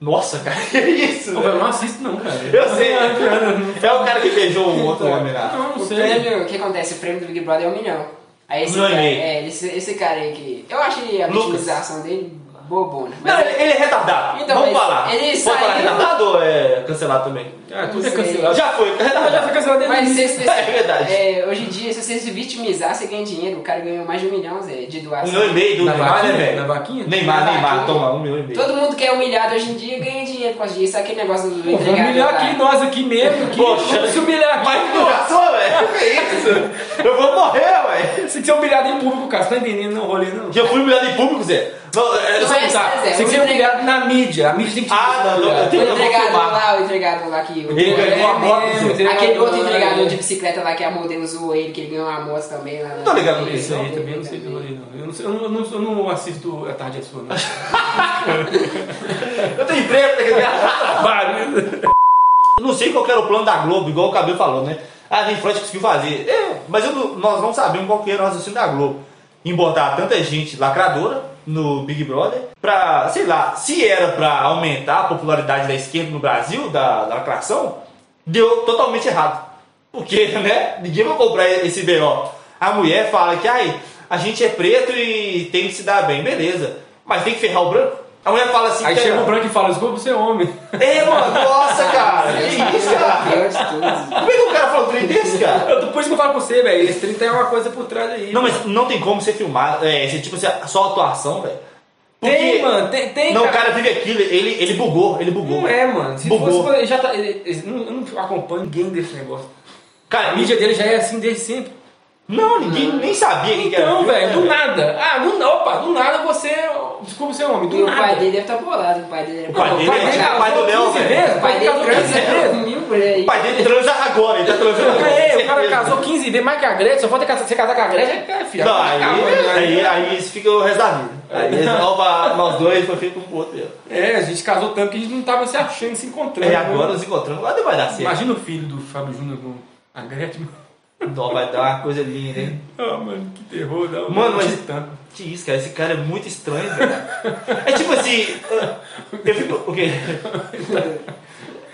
Nossa, cara, que isso? Pô, Eu não assisto não, cara. Eu sei. Não, não, não. É o cara que beijou o outro homem lá. Não, não O sei. prêmio, o que acontece? O prêmio do Big Brother é um milhão. Aí esse Milhão e cara, meio. é, esse, esse cara aí que. Eu achei a Lucas. vitimização dele bobona. Não, ele, ele é retardado. Então, Vamos mas falar. ele Pode falar saiu- retardado ou é cancelado também? Ah, tudo é Não sei. cancelado. Já foi, Ah, já retardado. foi cancelado desde Mas o se início. esse- É verdade. é, hoje em dia, se você se vitimizar, você ganha dinheiro. O cara ganhou mais de um milhão Zé, de Um doação. milhão e meio do Na Neymar, né, vaquinha? velho? Na vaquinha? Neymar, Na Neymar, vaquinha. toma, um milhão e meio. Todo mundo que é humilhado hoje em dia ganha dinheiro com as disso. Aquele negócio do Pô, Vamos entregado humilhar lá. aqui, nós aqui mesmo. Aqui. Poxa. Vamos se humilhar aqui. Mas não passou, velho? Que isso? Eu vou morrer, velho. Você tem que ser humilhado em público, cara. Você tá entendendo não, rolê, não? Que eu fui humilhado em público, Zé. Não, é, Não é- Tá, Zé, você tem que ser vamos humilhado na mídia. A mídia tem que te Ah, não, não, eu O tenho- eu vou entregado filmar. lá, o entregado lá que. Ele ganhou a moto, mesmo, Zé. entendeu? É, Aquele outro Não, entregador não, de bicicleta lá que a modelo usou ele, que ele ganhou uma moto também lá. Tô ligado nisso Isso aí também, eu não sei do rolê, não. Eu não, sei- eu não, eu não- eu não assisto A Tarde é Sua, não. Eu tenho emprego, tá ligado? Barulho. Eu não sei qual que era o plano da Globo, igual o Cabelo falou, né? A Vim Front conseguiu fazer. É, mas eu não- nós não sabemos qual que era o raciocínio da Globo. Em botar tanta gente lacradora no Big Brother pra, sei lá, se era pra aumentar a popularidade da esquerda no Brasil, da, da lacração, deu totalmente errado. Porque, né? Ninguém vai comprar esse B.O. A mulher fala que, ai, a gente é preto e tem que se dar bem, beleza. Mas tem que ferrar o branco? A mulher fala assim... Aí cara, chega um o branco e fala, desculpa, você é homem. É, mano, nossa, cara. Que isso, cara? Deus, tudo. Como é que o cara falou um trem desse, cara? Eu, por isso que eu falo com você, velho. Esse 30 é uma coisa por trás aí. Não, mas não tem como ser filmado. É, ser, tipo, ser só atuação, velho. Porque- Tem, mano. Tem, tem Não, o cara. cara vive aquilo, ele, ele bugou, ele bugou. Não é, mano. Se Bugou. fosse, fosse- já tá, ele- ele- não- eu não acompanho ninguém desse negócio. A Cara, mídia dele já é assim desde sempre. não, ninguém nem sabia quem que era. Então, o filme, velho, do né, nada. Ah, do, opa, do nada você. Desculpa ser homem, E do o nada. pai dele deve estar bolado. O pai dele O pai Não, dele é casou- o pai do Léo, 15 velho. vezes, O pai dele é casou 15 transa vezes. mil por aí. O pai dele transa agora, ele tá transando agora. É, o certeza. cara casou 15 vezes, mais que a Gretchen, só falta casar- você casar com a Gretchen, é, filho. Não, aí, acabou, aí, né? aí, é isso fica o resto da vida. Aí eles rouba nós dois, foi feito um pro outro. mesmo. É, a gente casou tanto que a gente não tava se achando, se encontrando. E né? É, agora nos encontramos, lá não vai dar certo. Imagina o filho do Fábio Júnior com a Gretchen. Não, vai dar uma coisa linda, hein? Ah, mano, que terror, não. Mano, mas- Titã. Que isso, cara? Esse cara é muito estranho, velho. É tipo assim. Eu fico. O quê?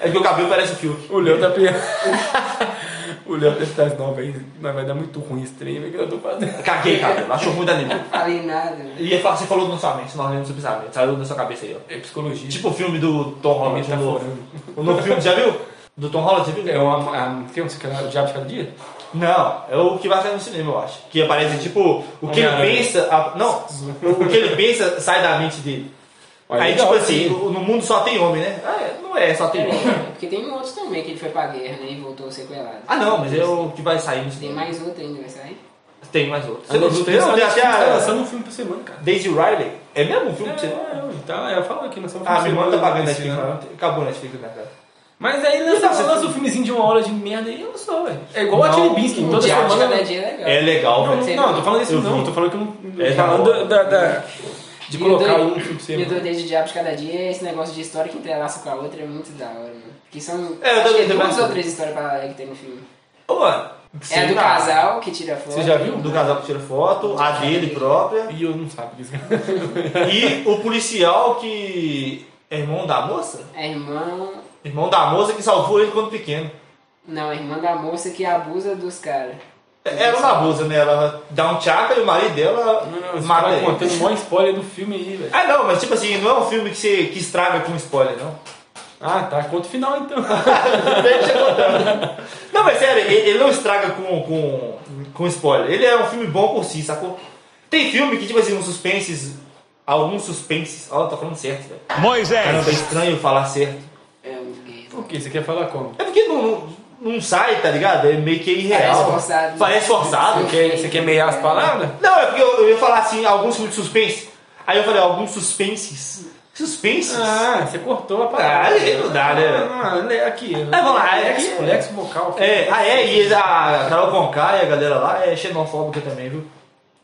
É que o cabelo parece o Fiuk. O Léo tá pior. o Léo deve estar nova aí, mas vai dar muito ruim esse trem, velho, que eu tô fazendo. Caguei, cabelo. Achou ruim da anime. Não falei nada. né? E ele fala- você falou da sua mente, nós lemos do pensamento. Saiu da sua cabeça aí, ó. É psicologia. Tipo o filme do Tom Holland. Tá o novo- furando. o novo filme, já viu? Do Tom Holland, já viu? É uma. a- Tem um sei lá, o diabo de cada dia? Não, é o que vai sair no cinema, eu acho. Que aparece, tipo, o que ele Homem-Aranha. pensa. a- não, o que ele pensa sai da mente dele. Olha, é Aí, legal, tipo assim, sim. no mundo só tem homem, né? Ah, é, não é, só tem homem. É, porque tem outros também que ele foi pra guerra, né? E voltou sequelado. Ah, não, mas é o que vai sair no Tem cinema. mais outro ainda, vai sair? Tem mais outro. A Você não Netflix viu? Tem até tá é a lançando um filme por semana, cara. Daisy Riley. É mesmo um filme que você. É, então, eu falo aqui, lançou um filme Ah, minha irmã tá pagando esse Netflix. ano. né? Acabou Netflix na minha cara. Mas aí lança, lança um filmezinho de uma hora de merda e eu não sou, velho. É igual a Não. Tilly Binsky, toda o Diabo de semana... Cada Dia é legal. É legal, Não, velho. Você não, não, viu? tô falando isso Eu não, vi. tô falando que não. É, tô tá falando bom. da, da- de E o colocar doido- um filme por E o semana. doido de Diabo de Cada Dia é esse negócio de história que entrelaça com a outra, é muito da hora, mano. Que são É, eu acho que também- duas também- ou três histórias paralelas que tem no filme. Ô, mano. é a do sei lá. casal que tira foto. Você já viu? Do casal que tira foto, a dele própria. E eu não sabia disso. E o policial que. É irmão da moça? É A irmã. Irmão da moça que salvou ele quando pequeno. Não, a irmã da moça que abusa dos caras. Ela não abusa, né? Ela dá um tchaca e o marido dela Não, não, você mata tá ele. contando o maior spoiler do filme aí, velho. Ah, não, mas tipo assim, não é um filme que, você, que estraga com spoiler, não. Ah, tá, conta o final então. Deixa eu contar. Não, mas sério, ele ele não estraga com, com, com spoiler. Ele é um filme bom por si, sacou? Tem filme que, tipo assim, uns suspenses. Alguns suspenses. Ó, tá falando certo, velho. Caramba, é Moisés. estranho falar certo. É um gay. Por quê? Você quer falar como? É porque não, não, não sai, tá ligado? É meio que irreal. Parece forçado. né? Parece forçado. Você quer, você quer meiar as palavras? Não, é porque eu, eu ia falar assim, alguns filmes de suspense. Aí eu falei, alguns suspenses. Suspenses? Ah, você cortou a palavra. Ah, aí não dá, né? Ah, não, é aqui. Ah, vamos lá, é aqui. Lexo- Lexo vocal. É, ah, é, e a Carol Conká e a galera lá é xenofóbica também, viu?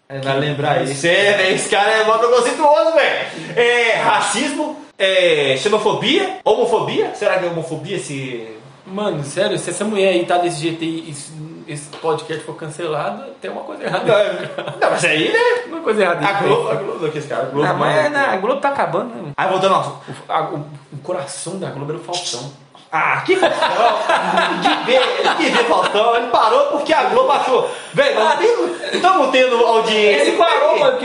É, vai lembrar isso. É, velho, esse cara é mó preconceituoso, velho. É racismo, é xenofobia, homofobia. Será que é homofobia se. Mano, sério, se essa mulher aí tá desse jeito aí, esse, esse podcast for cancelado, tem uma coisa errada. Não, é- não, mas aí, né? Uma coisa errada. A aí, Globo, a Globo, que esse cara, a Globo. Ah, mas mano. é, né, a Globo tá acabando, né? Aí voltando ao assunto. O, a- o- o coração da Globo era o Faustão. Ah, que Faustão! que vê, que vê Faustão! Ele parou porque a Globo achou. Velho, nós estamos tendo audiência. porque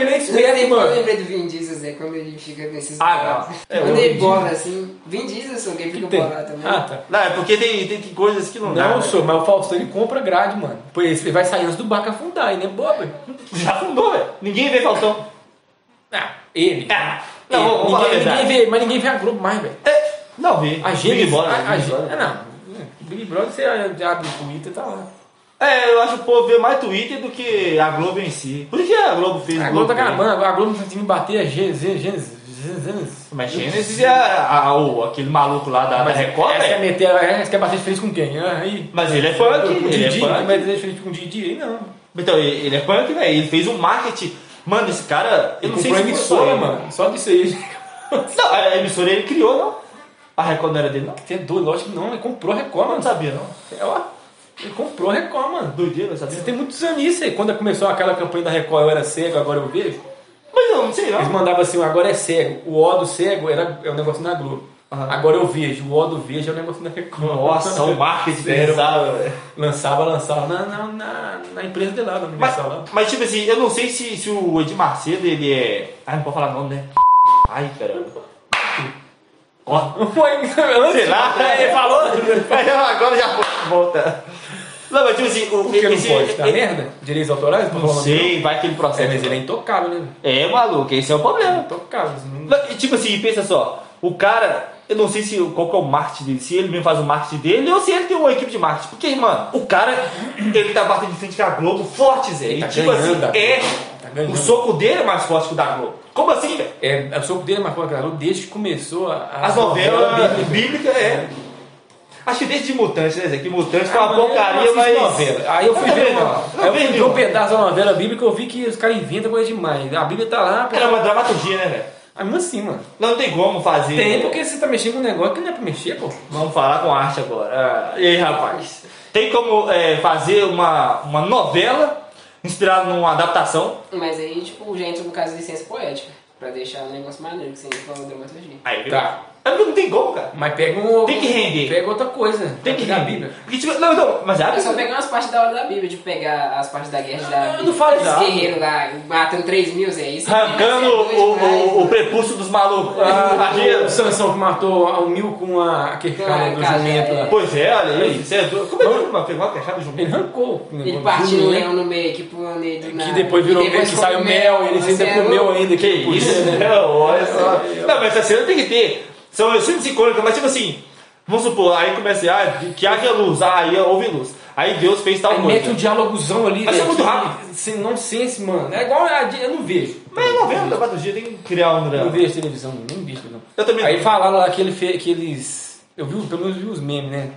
Ah, ele é Eu lembrei do Vin Diesel, Zé, quando ele fica nesses. Ah, não. É, Quando o ele Vin bola assim. Vin Diesel, só que ele fica bolado também. Ah, tá. Não, é porque tem, tem, tem coisas que não dá. Não, né? sou, mas o Faustão ele compra grade, mano. Pois ele vai sair antes do barco afundar, ele é bobo. Já fundou, velho. Ninguém vê Faustão. Ah, ele. Ah, Ele. não, vamos falar a ninguém, ninguém verdade. vê, mas ninguém vê a Globo mais, velho. É, não vi. A gente. Big Brother, a, a Big gente. Brother. Ah, não. Big Brother, você abre o Twitter e tá lá. É, eu acho que o povo vê mais Twitter do que a Globo em si. Por que a Globo fez A Globo tá fez? acabando, agora a Globo tá tentando bater a Gênesis. Gênesis. Ah, Mas Gênesis é a, a- o- aquele maluco lá da, da Record, essa é quer velho. meter, essa quer bater de frente com quem? Ah, aí. Mas ele é funk, Com o ele é Didi, funk. quem vai bater de frente com o Didi? Aí não. Então, ele ele é punk, velho. Ele fez um marketing. Mano, esse cara. Eu não sei comprou se a foi emissora, ele. mano. Só disso aí. Não, a emissora ele criou, não. A Record não era dele, não. Você é doido, lógico que não, ele comprou a Record, Eu não mano. sabia, não. É, ó, ele comprou a Record, mano. Doideira, eu Você sabia. tem muitos anos nisso aí. Quando começou aquela campanha da Record, eu era cego, agora eu vejo. Mas eu não sei, Eles não. mandavam assim, agora é cego. O O do cego era, é um negócio na Globo. Aham. Agora eu vejo, o O do vejo é um negócio na Record. Nossa, o marketing Sério. pensava, velho. Lançava, lançava na, na, na, na empresa de lá, na Mas, Universal lá. mas, tipo assim, eu não sei se, se o Edmar Cedo, ele é. Ah, não pode falar nome, né? Ai, caramba. Ó, sei lá, né? ele falou. Mas agora já foi. Volta. Não, mas tipo assim, o Por que não esse- pode? Tá ele- merda? Direitos autorais? Pra Não falar sei, vai que ele nome? É, processa. mas ele é intocável, né? É, maluco, esse é o problema. Intocável. assim, não- Não, e Tipo assim, pensa só, o cara, eu não sei se qual que é o marketing dele, se ele mesmo faz o marketing dele ou se ele tem uma equipe de marketing. Porque, mano, o cara, ele tá batendo de frente com a Globo forte, Zé. E tá tipo assim, ganhando a é. Tá ganhando. o soco dele é mais forte que o da Globo. Como assim, velho? É, o soco dele é Marco Garou desde que começou a, a As novelas Ah, bíblica. bíblicas, é. Acho que desde de Mutantes, né, Zé? Que Mutantes foi Ah, uma mano, porcaria, eu não mas. Tá assisto novela. Aí eu fui também ver, uma, não. Não aí eu vejo fui ver um nenhuma. pedaço da novela bíblica e eu vi que os caras inventam coisa demais. A Bíblia tá lá, Era uma dramaturgia, né, velho? Ah, mas assim, mano. Não, não tem como fazer. né? Tem, porque você tá mexendo com um negócio que não é pra mexer, pô. Vamos falar com arte agora. Ah, E aí, rapaz? Tem como é, fazer uma, uma novela inspirada numa adaptação? Mas aí, tipo, já entra no caso de licença poética. Pra deixar o negócio maneiro, que você entra com a dramaturgia. Aí, viu? Tá. É porque não tem como, cara. Mas pega um. Tem que render. Pega outra coisa. Tem Vai que pegar rir. a Bíblia. Porque, tipo, não, então, mas Eu abre. só peguei umas partes da hora da Bíblia, de pegar as partes da guerra da Eu Bíblia. não falo Os nada. guerreiros lá, matando 3 mil, Zé. Isso Arrancando isso é doido o, demais, o, o né? prepúcio dos malucos. Ah, Ah, o aqui. Sansão que matou o mil com a, aquele Com a cara do cara, jumento é. lá. Pois é, olha aí. Você é doido. Como é que uma pergunta que chave Ele jumento? arrancou. o negócio Ele do partiu o né? jumento. leão no meio, que pulou nele do Que nada. depois virou E mel, que depois saiu come mel, ele Você é ainda comeu louco. Que ainda. Que podia, isso, né? né? Olha só. Não, mas essa cena tem que ter. São cenas icônicas, mas tipo assim, vamos supor, aí começa, ah, que haja luz, ah, aí houve luz. Aí Deus fez tal Aí mete um coisa. diálogozão ali. Mas velho, é muito que- rápido. Sem nonsense, mano. É igual a. Eu não vejo. Mas é novela, quatro dias tem que criar um Eu não drama. vejo televisão, nem bicho, não. Eu também Aí falaram lá que, ele fe- que eles. Eu vi, pelo menos vi os memes, né?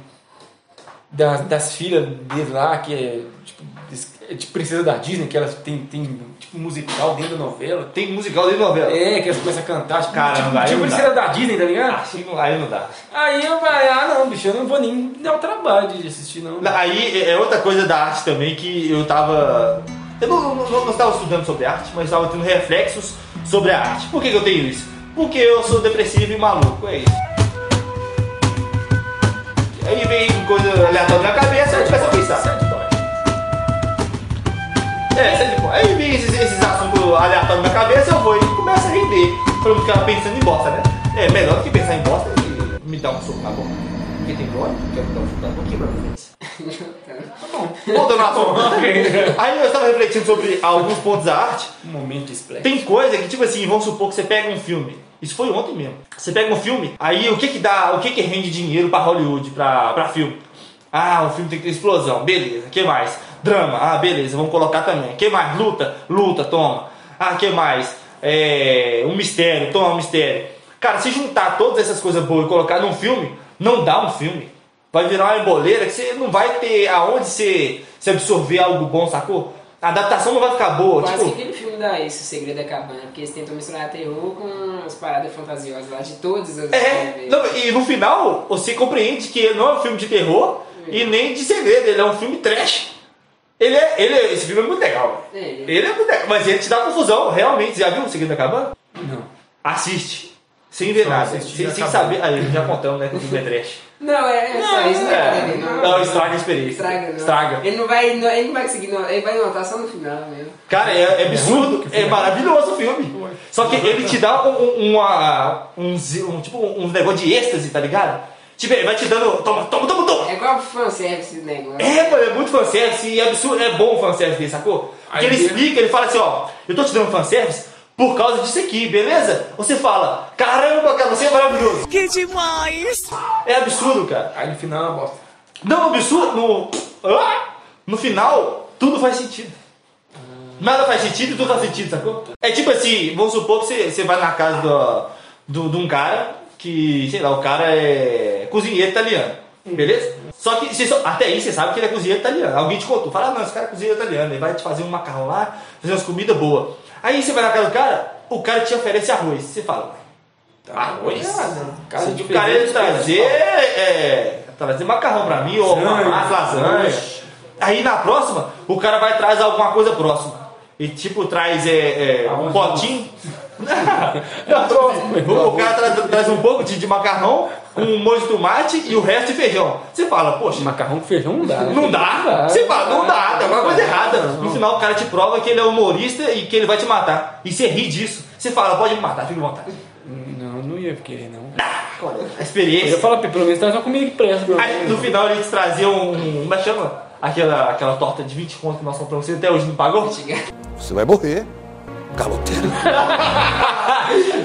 Das, das filhas dele lá, que é tipo, des- é tipo princesa da Disney, que elas têm, têm tipo musical dentro da novela. Tem musical de novela. É, que elas começam a cantar. Tipo, Caramba, aí tipo, tipo não dá. princesa da Disney, tá ligado? Assim, não- aí não dá. Aí eu falei, ah não, bicho, eu não vou nem dar o trabalho de assistir, não. Aí é outra coisa da arte também que eu tava. Eu não, não, não- não estava estudando sobre arte, mas estava tendo reflexos sobre a arte. Por que, que eu tenho isso? Porque eu sou depressivo e maluco, é isso. Aí vem coisa aleatória na cabeça, eu começo a pensar. Sad boy. É, sei lá, aí vem esses, esses assuntos aleatórios na cabeça, eu vou e começo a render. Pra eu não ficar pensando em bosta, né? É melhor do que pensar em bosta e me dar um soco na boca. Porque tem glória, quer me dar um soco na boca, quebra a cabeça. então, tá. Voltando ao assunto. Aí eu estava refletindo sobre alguns pontos da arte. Um momento splash. Tem coisa que, tipo assim, vamos supor que você pega um filme. Isso foi ontem mesmo. Você pega um filme, aí o que que dá, o que que rende dinheiro pra Hollywood, pra, pra filme? Ah, o filme tem que ter explosão, beleza. que mais? Drama, ah, beleza, vamos colocar também. que mais? Luta, luta, toma. Ah, que mais? É, um mistério, toma um mistério. Cara, se juntar todas essas coisas boas e colocar num filme, não dá um filme. Vai virar uma emboleira que você não vai ter aonde você, você absorver algo bom, sacou? A adaptação não vai ficar boa. Quase tipo, que aquele filme dá isso, O Segredo da Cabana, porque eles tentam misturar terror com as paradas fantasiosas lá de todas as É, não, e no final você compreende que ele não é um filme de terror e nem de segredo, ele é um filme trash. Ele é, ele é- esse filme é muito legal. É, ele é. Ele é muito legal, mas ele te dá confusão, realmente. Já viu o Segredo da Cabana? Não. Assiste. Sem ver Só nada, sem, assisti e sem acabou. saber. Aí já contamos, né, que o filme é trash. Não, é, é só isso, É, né? não, estraga a experiência. Estraga, né? não. Estraga. Ele não vai, não- ele não vai conseguir, não, ele vai notar só no final mesmo. Cara, é, é absurdo, é maravilhoso o filme. Só que ele te dá um, um, uma- um, zi- um- tipo, um negócio de êxtase, tá ligado? Tipo, ele vai te dando. Toma, toma, toma, toma! É igual fanservice esse negócio. É, mano, é muito fanservice e é absurdo, é bom o fanservice dele, sacou? Porque Aí ele ele- explica, ele fala assim, ó, eu tô te dando fanservice por causa disso aqui, beleza? Você fala, caramba, cara, você é maravilhoso. Que demais! É absurdo, cara. Aí no final é uma bosta. Não, no absurdo, no... Ah! No final, tudo faz sentido. Nada faz sentido e tudo faz sentido, sacou? É tipo assim, vamos supor que você, você vai na casa do, do- de um cara que, sei lá, o cara é cozinheiro italiano, beleza? Só que você só- até aí você sabe que ele é cozinheiro italiano. Alguém te contou, fala, ah, não, esse cara é cozinheiro italiano, ele vai te fazer um macarrão lá, fazer umas comidas boas. Aí você vai na casa do cara, o cara te oferece arroz. Você fala, Tá Arroz? errado. Cara, Cara, o cara ia trazer, é, trazer macarrão pra mim, ou uma Lasanha. massa, lasanha. Aí na próxima, o cara vai trazer alguma coisa próxima. E tipo, traz é, é, um Arroz potinho. Não, tô- o cara tra- traz, um pouco de, de macarrão, com um molho de tomate e o resto de feijão. Você fala, poxa, Macarrão com feijão não dá. né? não dá. Você fala, não dá, tem alguma coisa errada. No final o cara te prova que ele é humorista e que ele vai te matar. E você ri disso. Você fala, pode me matar, fica à vontade. Não, não ia querer, não. é A experiência. Eu ia falar, pelo menos traz uma comida que presta. pelo Aí, menos. no final eles traziam um. Como é que chama? Aquela, aquela torta de 20 conto que nós compramos, você até hoje não pagou? Você vai morrer. Caloteiro.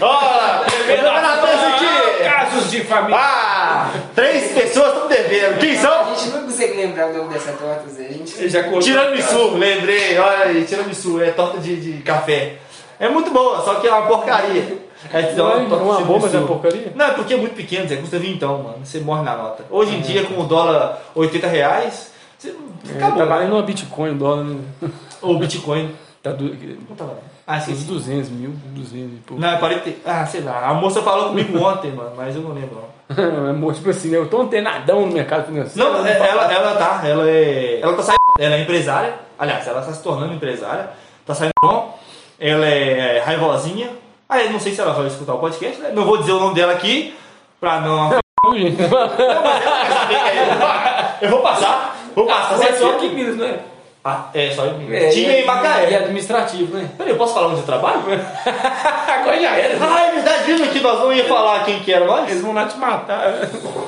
Ó, primeiro na mesa Ah, aqui! Casos de família. Ah! Três pessoas estão devendo. Quem A são? gente não consegue lembrar o nome dessa torta, Zé. A gente... Ele já colocou- Tiramisu, lembrei, olha aí, tiramisu, é torta de, de café. É muito boa, só que é uma porcaria. É então, Ué, torta de uma boa, mas é tiramisu. uma porcaria? Não, é porque é muito pequeno, Zé, custa 20 então, mano. Você morre na nota. Hoje em dia, com o dólar 80 reais, você Tá acabou. valendo uma Bitcoin, o dólar. né? Ou Bitcoin. Tá du... Não tá valendo. Ah, uns esqueci. 200 mil, 200 e pouco. Não, é 40. Ah, sei lá. A moça falou comigo ontem, mano, mas eu não lembro. não. É mo- tipo assim, né? Eu tô antenadão no mercado financeiro. Não, é- ela, ela tá, ela é. Ela tá saindo. Ela é empresária. Aliás, ela tá se tornando empresária. Tá saindo bom. é Ela é raivosinha. Ah, eu não sei se ela vai escutar o podcast, né? Não vou dizer o nome dela aqui. Pra não. Não, mas eu, quero saber, eu vou passar. Vou passar. Mas é certinho. só aqui em Minas, não é? Ah, é, só em É, Tinha é- em Macaé. É administrativo, né? Peraí, eu posso falar onde eu trabalho? Agora já era. Ah, é verdade, viu que nós não ia falar quem que era Eles nós? vão lá te matar.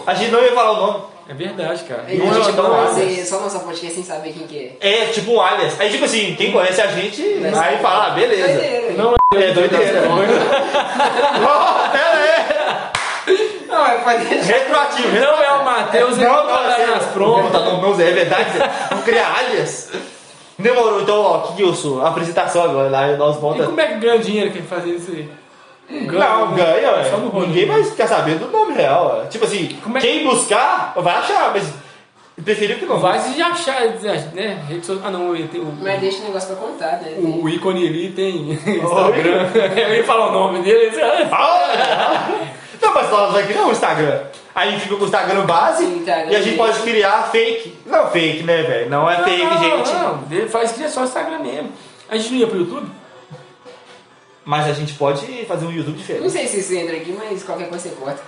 A gente não ia falar o nome. É verdade, cara. Aí Não a é gente tão não ágil. fazer só lançar podcast sem saber quem que é. É, tipo um alias. Aí, tipo assim, quem conhece a gente, aí fala, ah, beleza. Doideira. Não É doideira. Oh, Pera aí. Não, é pra deixar. Retroativo. um Não é o Matheus, é o Matheus nas assim, Pronto, prontas. não, não, Zé, é verdade. Zé. Vamos criar alias. Demorou, então, ó, o que que eu sou? A apresentação agora, lá nós E volta. como é que ganha dinheiro quem faz isso aí? Não, ganha, ué. Só no rolê. Ninguém vai ficar sabendo do nome real, ué. Tipo assim, Como é que- quem buscar, vai achar, mas preferiu que não. Vai se achar, né? Rede social- Ah, não, ele tem o, Mas deixa o negócio pra contar, né? o ícone ali tem Instagram. Eu ia falar o nome dele. ele disse, Ah, não. Não, mas nós vai criar um Instagram. Aí a gente fica com o Instagram base Sim, Instagram e a gente fake. pode criar fake. Não, fake, né, velho? Não é "Ah, fake, não, gente. Não, ele faz que é só Instagram mesmo. A gente não ia pro YouTube? Mas a gente pode fazer um YouTube Não diferente. sei se isso entra aqui, mas qualquer coisa você corta.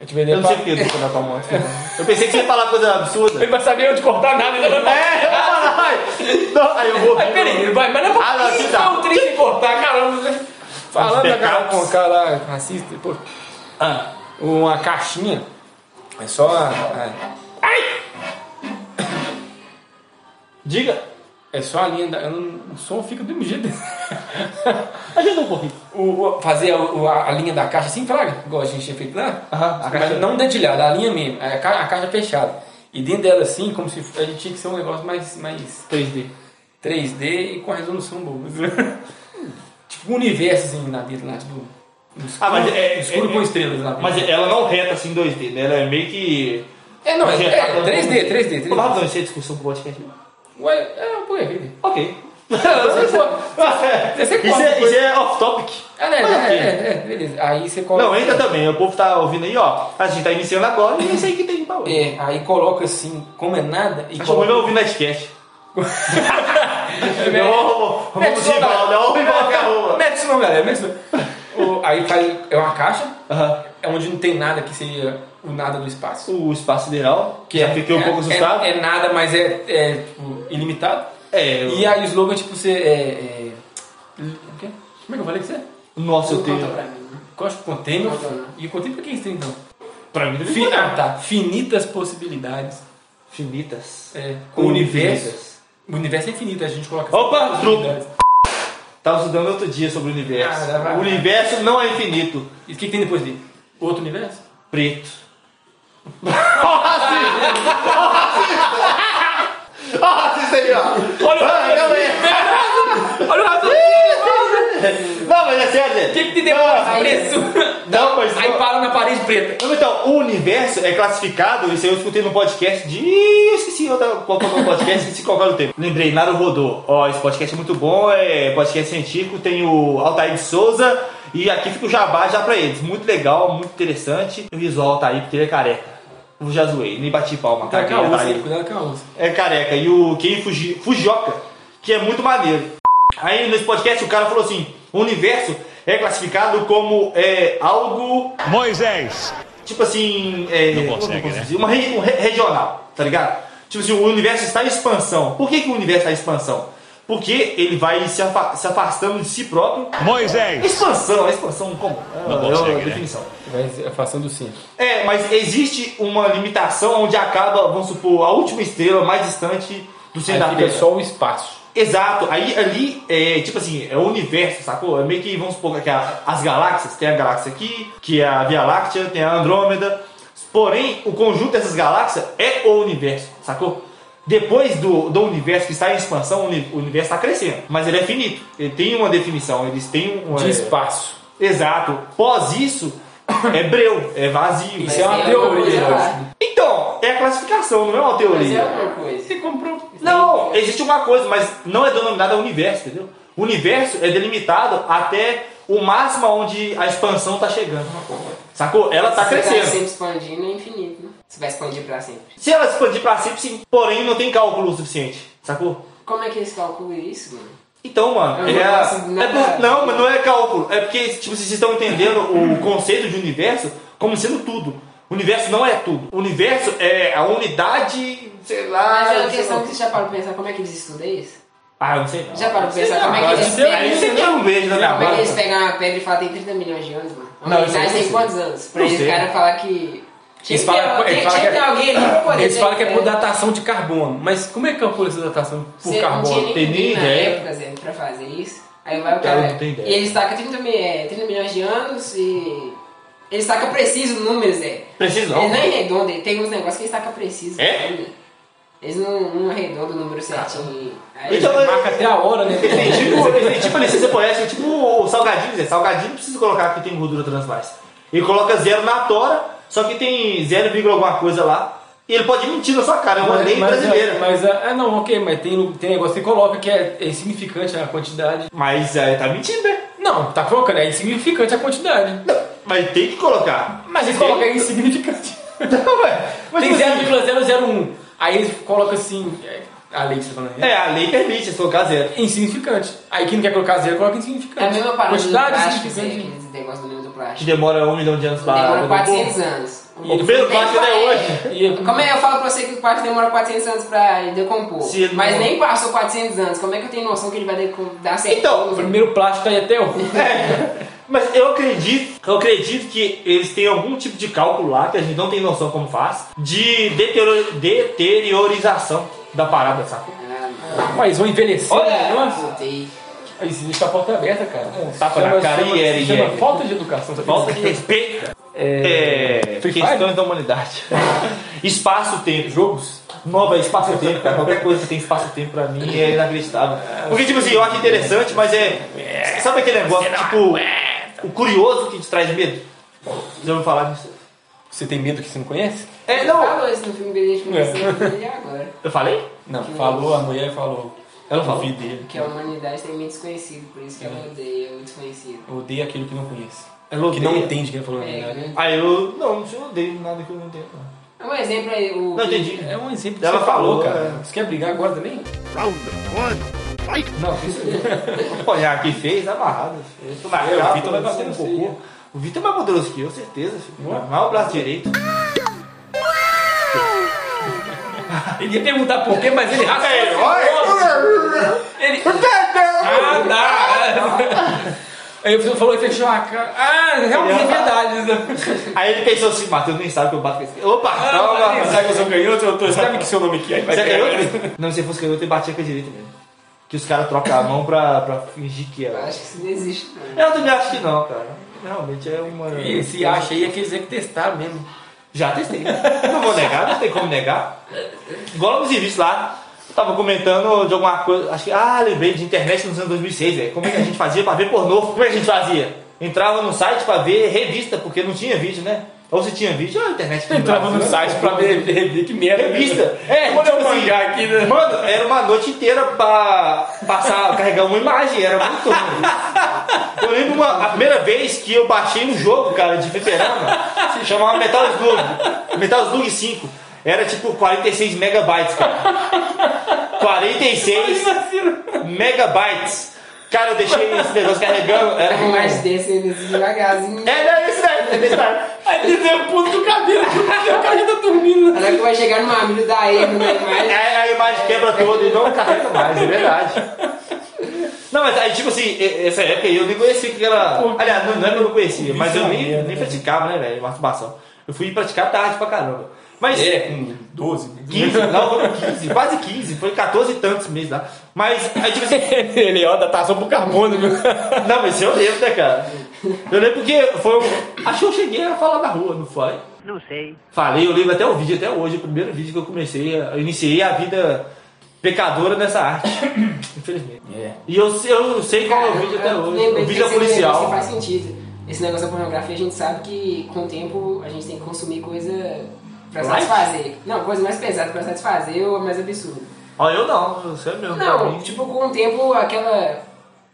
Eu te vendei Eu não sei porque eu tô com a tua mão. Eu pensei que você ia falar coisa absurda. Ele vai saber onde cortar nada. Ele vai... É, eu vou falar. ai. Não, aí eu vou. Mas peraí, ele vai, mas não é pra Ah, não, assim dá. o triste em cortar, caramba. Falando da cara pecados. com um cara lá, racista, pô. Ah, Uma caixinha. É só. a- a- diga. é só a linha da. eu não- o som fica do mesmo jeito. Ajuda um pouquinho. O- o- fazer a, o- a- a linha da caixa assim, fraga, igual a gente tinha feito lá. Aham, a Mas caixa- não dedilhada, a linha mesmo. é A, ca- a caixa fechada. E dentro dela assim, como se a gente tinha que ser um negócio mais, mais 3D. 3D e com a resolução boa. tipo um universo assim na dentro lá, tipo. um Escuro, Ah, mas é- é- escuro é- com estrelas lá. Mas ela não reta assim 2D, né? Ela é meio que. É, não, é, é, projetado 3D, 3D, Vamos 3D. fazer essa discussão com o podcast. Ué, é, pô, é vida. Ok. Você Isso corta é, depois. isso é off-topic. Ah, né, Mas é, ok. é, é, beleza. Aí você coloca. Não, ainda também. O povo tá ouvindo aí, ó. A gente tá iniciando agora e é isso aí que tem pra hoje. É, aí coloca assim, como é nada, e Acho que o coloca. ruim vai ouvir Nightcast. É, Não, mete vamos som, embora, galera. não, embora que arruma. Mete isso não, galera, mete isso não. O- Aí faz, é uma caixa, Aham. é onde não tem nada que seria o nada do espaço. O espaço sideral, que já fiquei um pouco assustado. É, é nada, mas é, é, tipo, ilimitado. É, E aí o slogan, tipo, você é. é o quê? Como é que eu falei que você é? Nossa, eu Conta tenho. pra mim. Gosto de container. Container. E o container pra quem tem então? Pra mim, Fi- também. ah, tá. Finitas possibilidades. Finitas. É, com o universo. O universo é infinito, a gente coloca. Opa, possibilidades. Tava estudando outro dia sobre o universo. Ah, vai, o vai. universo não é infinito. E o que, que tem depois dele? Outro universo? Preto. Ó, racista! Ó, racista! Ó, racista aí, ó. Olha o Ah, não, é. Olha o raciocínio! Não, mas é sério, Zé. O que, que tem depois? Não, Preço! Não, mas. Aí para na parede preta. Não, Então, o universo é classificado, isso aí eu escutei num podcast de. eu Esqueci outra, qual foi o podcast, esqueci qual era o tempo. Lembrei, Naru Rodô. Ó, esse podcast é muito bom, é podcast científico, tem o Altair de Souza e aqui fica o jabá já pra eles. Muito legal, muito interessante. Eu riso o Altair porque ele é careca. Eu já zoei, nem bati palma, é Tá com careca, a onça, Altair. hein? cuidado com a onça. É careca. E o Ken Fuji, Fujioka, que é muito maneiro. Aí nesse podcast o cara falou assim: o universo é classificado como é, algo Moisés. tipo assim, é, Não como consegue, eu posso né? dizer? uma re- um re- regional, tá ligado? Tipo assim, o universo está em expansão. Por que, que o universo está em expansão? Porque ele vai se, afa- se afastando de si próprio. Moisés. Expansão, expansão como? É, Não é uma consegue, né? definição. Vai afastando o um cinto. É, mas existe uma limitação onde acaba, vamos supor, a última estrela mais distante do centro da Aí Terra. fica só o espaço. Exato, aí ali é tipo assim, é o universo, sacou? É meio que, vamos supor, que a- as galáxias, tem a galáxia aqui, que é a Via Láctea, tem a Andrômeda, porém o conjunto dessas galáxias é o universo, sacou? Depois do, do universo que está em expansão, o uni- o universo está crescendo, mas ele é finito, ele tem uma definição, eles têm um. De é, espaço. Exato, pós isso é breu, é vazio. Isso é Mas uma tem alguma teoria, coisa eu lá. acho. Então, é a classificação, não é uma Mas é teoria. alguma coisa. comprou. Não, existe uma coisa, mas não é denominada universo, entendeu? O universo é delimitado até o máximo onde a expansão tá chegando. Sacou? Ela tá Você tá crescendo. sempre expandindo é infinito, né? Você vai expandir pra sempre. Se ela expandir pra sempre, sim, porém não tem cálculo suficiente. Sacou? Como é que eles calculam isso, mano? Então, mano, Eu é, não gosto de é nada. por- não, mas não é cálculo. É porque, tipo, vocês estão entendendo o conceito de universo como sendo tudo. O universo não é tudo. O universo é a unidade, sei lá. Mas é uma sei questão lá. que você já parou pra pensar como é que eles estudam isso? Ah, eu não sei não. Já parou pra pensar como é que cara, eles isso é- pegam- Aí você quer um beijo da minha Como é que eles barba. pegam uma pedra e falam tem 30 milhões de anos, mano? Não, Não, isso aí mas eu tem sei. quantos anos? Pra Não esse sei. cara falar que. Tinha Eles que falam- eles ter- tinha- falam tinha que- é que ter alguém ali pra poder. Eles falam que é por ter- datação de carbono, mas como é que calcula essa datação por Você não tinha carbono? nem tem nem comida na ideia. época, Zé, pra fazer isso. Aí vai o Cara, cara. não tem ideia. E eles tacam 30, mi- é, 30 milhões de anos e. Eles tacam preciso números, Zé. Precisa Eles não. não arredondam, tem uns negócios que eles tacam preciso. É? sabe? Eles não, não arredondam o número certinho. Aí- Então, Marca até a hora, né? Tem tipo, tem tipo licença poética, tipo o salgadinho, Zé. Salgadinho não precisa colocar que tem gordura trans mais. Ele coloca zero na tora, só que tem zero vírgula alguma coisa lá. E ele pode mentir na sua cara, é uma lei brasileira. Mas, Mas, ah, ah, não, ok, mas tem, tem negócio que coloca que é, é insignificante a quantidade. é, tá mentindo, né? Não, tá colocando, é insignificante a quantidade. Mas tem que colocar. Mas eles Tem- colocam é insignificante. Não, ué. Mas tem tipo assim, 0,001. Aí eles colocam assim. é, A lei que você tá falando. É. É, a lei permite você colocar zero. Insignificante. Aí quem não quer colocar zero, coloca insignificante. É a mesma parada do Quantidade plástico, Zé, insignificante. aqueles negócios do livro do Que plástico. demora um milhão de anos pra. Demora pra- 400 anos. O primeiro plástico até hoje. E é- Como é que eu falo pra você que o quarto demora 400 anos pra decompor? Se ele não- Mas nem passou 400 anos, como é que eu tenho noção que ele vai decom- dar certo? Então, O primeiro plástico tá aí até hoje. É, Mas eu acredito, eu acredito que eles têm algum tipo de cálculo lá, que a gente não tem noção como faz, de deterioro- deteriorização da parada, saca? Mas eles vão envelhecer. né? Olha, nossa. Voltei. Isso deixa a porta aberta, cara. tapa na Chama- cara e chama- era, e chama era. falta de educação. sabe? Falta de respeito. É... É. Free questões Fire? da humanidade. Espaço-tempo. Jogos. Nova espaço-tempo, cara. Qualquer coisa que tem espaço-tempo pra mim é inacreditável. Porque, tipo assim, eu acho interessante, mas é. Sabe aquele negócio, tipo. O curioso que te traz medo? Já ouviu falar disso? Você tem medo que você não conhece? É, Não. não. Falou isso no filme Brilhante com É. você, e agora? Eu falei? Não. Falou, a mulher falou. Ela Eu falou. vi dele. Que a humanidade tem meio desconhecido, por isso que É. ela odeia o desconhecido. Eu odeio aquele que não conhece. Ela Que não odeia. entende quem ele falou na É, verdade. né? Aí eu. Não, eu não odeio nada que eu não entendo. não. É um exemplo aí, o. Não, entendi. É um exemplo que Ela você falou, falou, cara. é. Você quer brigar agora também? Não, isso aí. Olhar aqui fez, é amarrado. filho. Eu tô um na É, o capa, Vitor vai bater eu no sou seu, cocô. O Vitor é mais poderoso que eu, certeza. Filho. Ué? Mas o braço direito. Ele ia perguntar por quê, mas ele raspa. Ei, olha! Ele... Ah, dá! Aí o professor falou e fechou a cara. Ah, realmente é verdade. né? Aí ele pensou assim, Matheus nem sabe que eu bato com esse cara. Opa, Ah, calma. sabe que eu sou canhoto? Eu tô... Sabe que seu nome aqui? Aí vai Você é pegar. canhoto? Não, se eu fosse canhoto, eu batia com a direita mesmo. Que os caras trocam a mão pra, pra fingir que Eu é. acho que isso não existe, não. Eu também acho que não, cara. Realmente é uma. Esse acha aí é aquele Zé que testaram mesmo. Já testei. Não vou negar, não tem como negar. Igual nos serviços lá, eu tava comentando de alguma coisa. Acho que, ah, lembrei de internet nos anos 2006, velho. Como é que a gente fazia pra ver pornô? Como é que a gente fazia? Entrava no site pra ver revista, porque não tinha vídeo, né? Ou se tinha vídeo, ah, a internet. aqui Entrava no Brasil, né? site pra ver, ver, ver que merda. Revista. É, Vou ler um tipo assim, mangá aqui, né? Mano, era uma noite inteira pra passar, carregar uma imagem, era muito ruim. Eu lembro uma, a primeira vez que eu baixei um jogo, cara, de fliperama, se chamava Metal Slug. Metal Slug 5. Era tipo 46 megabytes, cara. 46 assim, né? megabytes. Cara, eu deixei esse negócio carregando. Era A um. imagem desse ele existe devagarzinho. Era isso, né? Era isso, né? Aí ele deu o pulo do cabelo, o cara tá dormindo. Ela que vai chegar no mamilo da Eva, né? É, Aí Mas. a imagem quebra toda e não carrega mais, é verdade. Não, mas aí, tipo assim, e- essa época aí eu nem conhecia o que era. Aliás, não, não é que eu não conhecia, mas eu nem, nem praticava, né, velho, masturbação. Eu fui praticar tarde pra caramba. Mas É, com 12. 15, não, foi com 15, quase 15, foi 14 e tantos meses lá. Mas, aí, tipo assim, Ele, ó, datação pro carbono, viu? não, mas eu lembro, né, cara? Eu lembro porque foi um. Acho que eu cheguei a falar na rua, não foi? Não sei. Falei, eu lembro até o vídeo, até hoje, o primeiro vídeo que eu comecei, a- eu iniciei a vida pecadora nessa arte, infelizmente. É. E eu, sei- eu sei qual é o vídeo até Eu hoje. lembrei O que vídeo é esse negócio policial. Faz sentido. Esse negócio da pornografia, a gente sabe que com o tempo a gente tem que consumir coisa pra Light? satisfazer. Não, coisa mais pesada pra satisfazer ou mais absurda. Ó, eu não, você é meu. pra Não, mim. tipo, com o tempo aquela.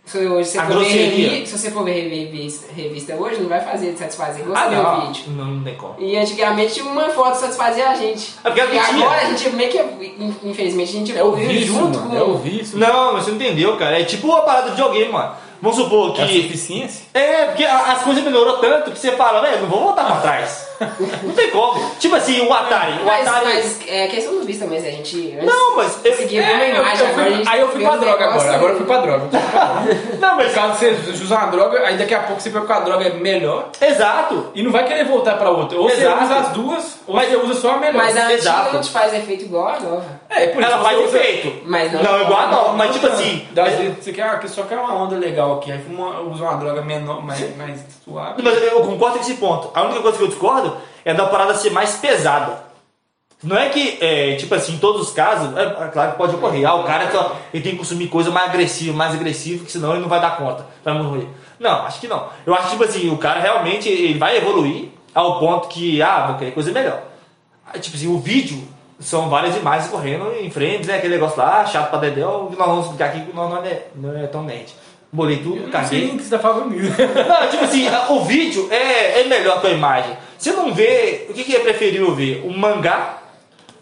Se hoje você A for ver grosseria. revi- se você for ver revista, revista hoje, não vai fazer de satisfazer você ah, ver o não. vídito. não, não tem como. E antigamente tinha uma foto satisfazia a gente. É porque era e mentira. agora a gente meio que, infelizmente, a gente É o evoluiu vício, junto mano. com É o vício. Não, mas você não entendeu, cara. É tipo a parada do videogame, mano. Vamos supor É a que. suficiência? É, porque a- as coisas melhorou tanto que você fala, velho, não vou voltar pra trás. não tem como. Tipo assim, o Atari. O Mas, Atari. mas é questão dos bichos também, se a gente. antes Não, mas eu- Conseguiu uma É, eu- imagem eu fui- agora. a gente aí eu fui vê pra um droga negócio agora, agora eu fui pra droga. Não, mas. Caso você usar uma droga, aí daqui a pouco você vê que a droga é melhor Exato. e não vai querer voltar pra outra. Ou Exato. você usa as duas, ou você usa só a melhor. Mas a antiga Exato. não te faz efeito igual a nova. é, por Ela você faz usa- efeito. Mas não- Não, igual a nova. Não, é Mas não tipo tanto. assim. Dá- mas- você quer, que só quer uma onda legal aqui, aí fuma, usa uma droga menor, mais, mais suave. Mas eu concordo com esse ponto. A única coisa que eu discordo é da parada ser mais pesada. Não é que, é, tipo assim, em todos os casos, é, é claro que pode ocorrer. Ah, o cara só- ele tem que consumir coisa mais agressiva, mais agressiva, que senão ele não vai dar conta, vai morrer. Não, acho que não. Eu acho, tipo assim, o cara realmente ele vai evoluir ao ponto que, ah, vou querer coisa melhor. Ah, Tipo assim, o vídeo são várias imagens correndo em frames, né? Aquele negócio lá, chato pra dedéu, que nós vamos explicar aqui que nós não é, não é tão nerd. Bolei tudo, Eu não sei caguei. nem o que você tá falando nisso. Não, tipo assim, a- o vídeo é, é melhor que a imagem. Você não vê. O que, que é preferível ver? Um mangá,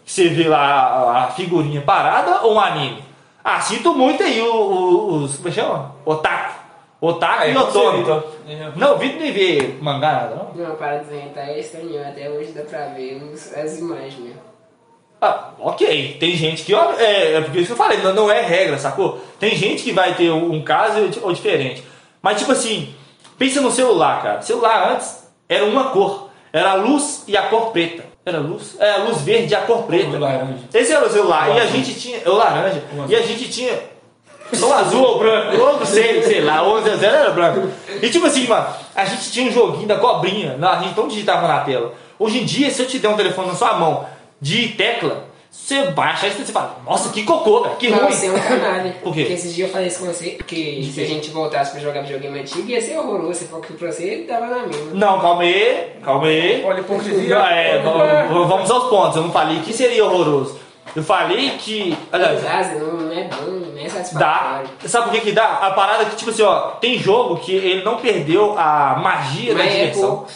que você vê lá a figurinha parada, ou um anime? Ah, sinto muito aí o- o- os. Como é que chama? Otaku. Otaku e otômico. Não, o vídeo nem vê mangá nada, não. Não, para desenhar é estranho. Até hoje dá pra ver os- as imagens mesmo. Ah, ok, tem gente que. ó, É, é porque isso que eu falei, não, não é regra, sacou? Tem gente que vai ter um caso ou di- ou diferente. Mas, tipo assim, pensa no celular, cara. Celular antes era uma cor: era a luz e a cor preta. Era a luz? É, a luz verde e a cor preta. Ou laranja. Esse era o celular. Ou e a azul. gente tinha. O laranja. Ou azul. E a gente tinha. Ou azul ou branco, ou não sei, sei lá, 11 a 0 era branco. E tipo assim, mano, a gente tinha um joguinho da cobrinha, na, a gente não digitava na tela. Hoje em dia, se eu te der um telefone na sua mão de tecla, você baixa isso e você fala, nossa, que cocô, cara, que Não, ruim. você é um canalha. Por quê? Porque esses dias eu falei isso com você, que se a gente voltasse pra jogar videogame antigo, ia ser horroroso. Se for que pra você, dava na mesma. Não, calma aí, calma aí. Olha a hipocrisia. Não, é, vamos, vamos aos pontos. Eu não falei que seria horroroso. Eu falei que. Aliás, Mas não é bom, não é Dá. satisfatório. Sabe por que que dá? A parada que, tipo assim, ó, tem jogo que ele não perdeu a magia da Mas é diversão. pouco.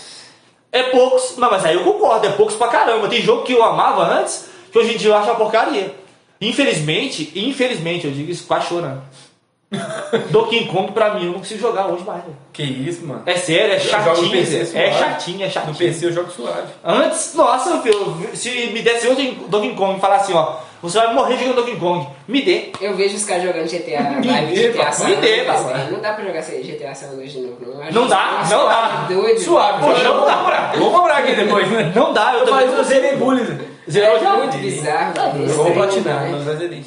É poucos, não, mas aí eu concordo, é poucos pra caramba. Tem jogo que eu amava antes, que hoje em dia eu acho uma porcaria. Infelizmente, infelizmente, eu digo isso quase chorando. Donkey Kong pra mim eu não consigo jogar hoje mais. velho. Que isso, mano. É sério, é jogo no chatinho. PC, Zé. suave. é chatinho, é No chatinho. PC eu jogo suave. Antes, nossa, meu filho, se me desse hoje Donkey Kong e falar assim, ó, você vai morrer jogando Donkey Kong, me dê. Eu vejo os caras jogando GTA Me Live, dê, GTA papai. San Me dê, Andreas, papai. né? Não dá pra jogar esse GTA San Andreas de novo, não. Acho tá Não dá, que- não Nossa, dá. Doido. Suave, Poxa, poxa, vamos comprar. Vamos comprar aqui depois, né? Não dá, eu, Eu também falei, eu zerei bullying. Zerou É já? muito bizarro. né? velho. Eu vou Estranho platinar, demais. mas eu zerei.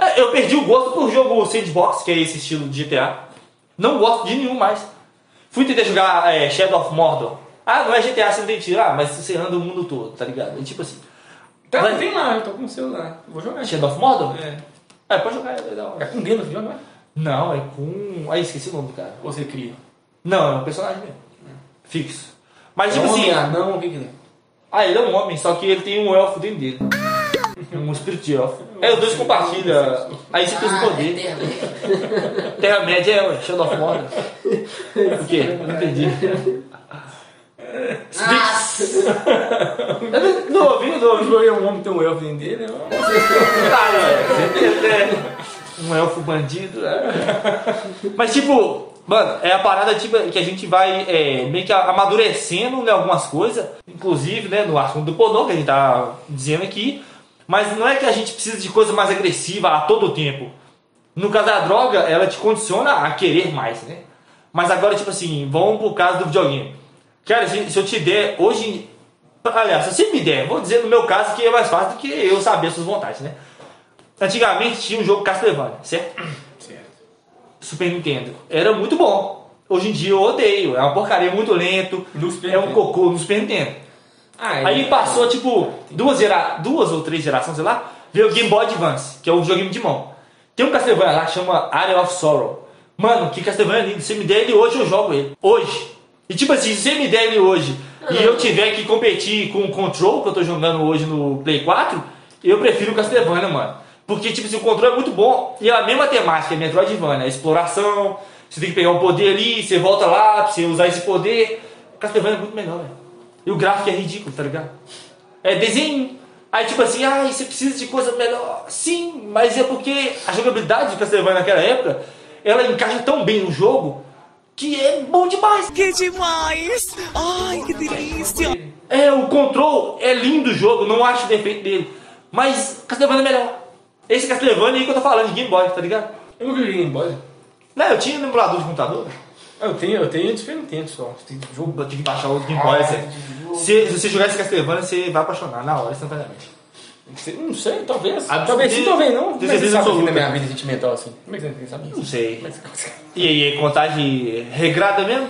É, Eu perdi o gosto por jogo sandbox, que é esse estilo de GTA. Não gosto de nenhum mais. Fui tentar jogar é, Shadow of Mordor. Ah, não é GTA, você não tem tiro. Ah, mas você anda o mundo todo, tá ligado? E tipo assim, Tá, Vai. vem lá, eu tô com o celular. Vou jogar. Shadow of Mordor? É, É, pode jogar, é da hora. é com Gandalf, joga. Não, é com... Ah, esqueci o nome do cara. Ou você cria? Não, é um personagem mesmo. Fixo. Mas é tipo assim... homem, anão, o que que é? Ah, ele é um homem, só que ele tem um elfo dentro dele. Um espírito de elfo. É, os dois compartilham. Aí você tem Ah, é os poderes. Terra-média é Shadow of Mordor. O quê? Não entendi. Nossa! Eu Não ouvi, não ouvi. Joguei um homem, tem um elfo dentro dele. né? Ah, é. Um elfo bandido. né? Mas tipo, mano, é a parada tipo, que a gente vai é, meio que amadurecendo né, algumas coisas. Inclusive, né, no assunto do pornô que a gente tá dizendo aqui. Mas não é que a gente precisa de coisa mais agressiva a todo tempo. No caso da droga, ela te condiciona a querer mais, né? Mas agora, tipo assim, vamos pro caso do videogame. Cara, se, se eu te der hoje. Aliás, se você me der, vou dizer no meu caso que é mais fácil do que eu saber as suas vontades, né? Antigamente tinha um jogo Castlevania, certo? Certo. Super Nintendo. Era muito bom. Hoje em dia eu odeio. É uma porcaria muito lento. No Super é um Nintendo. cocô no Super Nintendo. Ah, é. Aí passou, tipo, duas, gera... duas ou três gerações, sei lá, veio o Game Boy Advance, que é um joguinho de mão. Tem um Castlevania lá que chama Area of Sorrow. Mano, que Castlevania lindo. Se você me der ele hoje, eu jogo ele. Hoje. E tipo assim, se você me der ele hoje e eu tiver que competir com o Control, que eu tô jogando hoje no Play 4, eu prefiro o Castlevania, mano. Porque, tipo assim, o Control é muito bom e é a mesma temática, é Metroidvania, é exploração, você tem que pegar um poder ali, você volta lá pra você usar esse poder. O Castlevania é muito melhor, velho. E o gráfico é ridículo, tá ligado? É desenho. Aí tipo assim, ah, você precisa de coisa melhor. Sim, mas é porque a jogabilidade do Castlevania naquela época ela encaixa tão bem no jogo que é bom demais. Que demais! Ai, que delícia! É, o control é lindo o jogo, não acho defeito dele. Mas Castlevania é melhor. Esse Castlevania aí que eu tô falando de Game Boy, tá ligado? Eu nunca joguei Game Boy. Não, eu tinha no emulador de computador. Ah, Eu tenho, eu tenho antes Super Nintendo só. Tem jogo. Eu tive que baixar outro Game Boy. você- Se, se você jogar esse Castlevania, você vai apaixonar na hora, instantaneamente. Não sei, talvez. Ah, talvez sim, de- talvez não. de Como é que você certeza sabe assim absoluta. da minha vida sentimental assim? Como é que você sabe Não disso? sei. Como é que você- E aí, contagem regrada mesmo?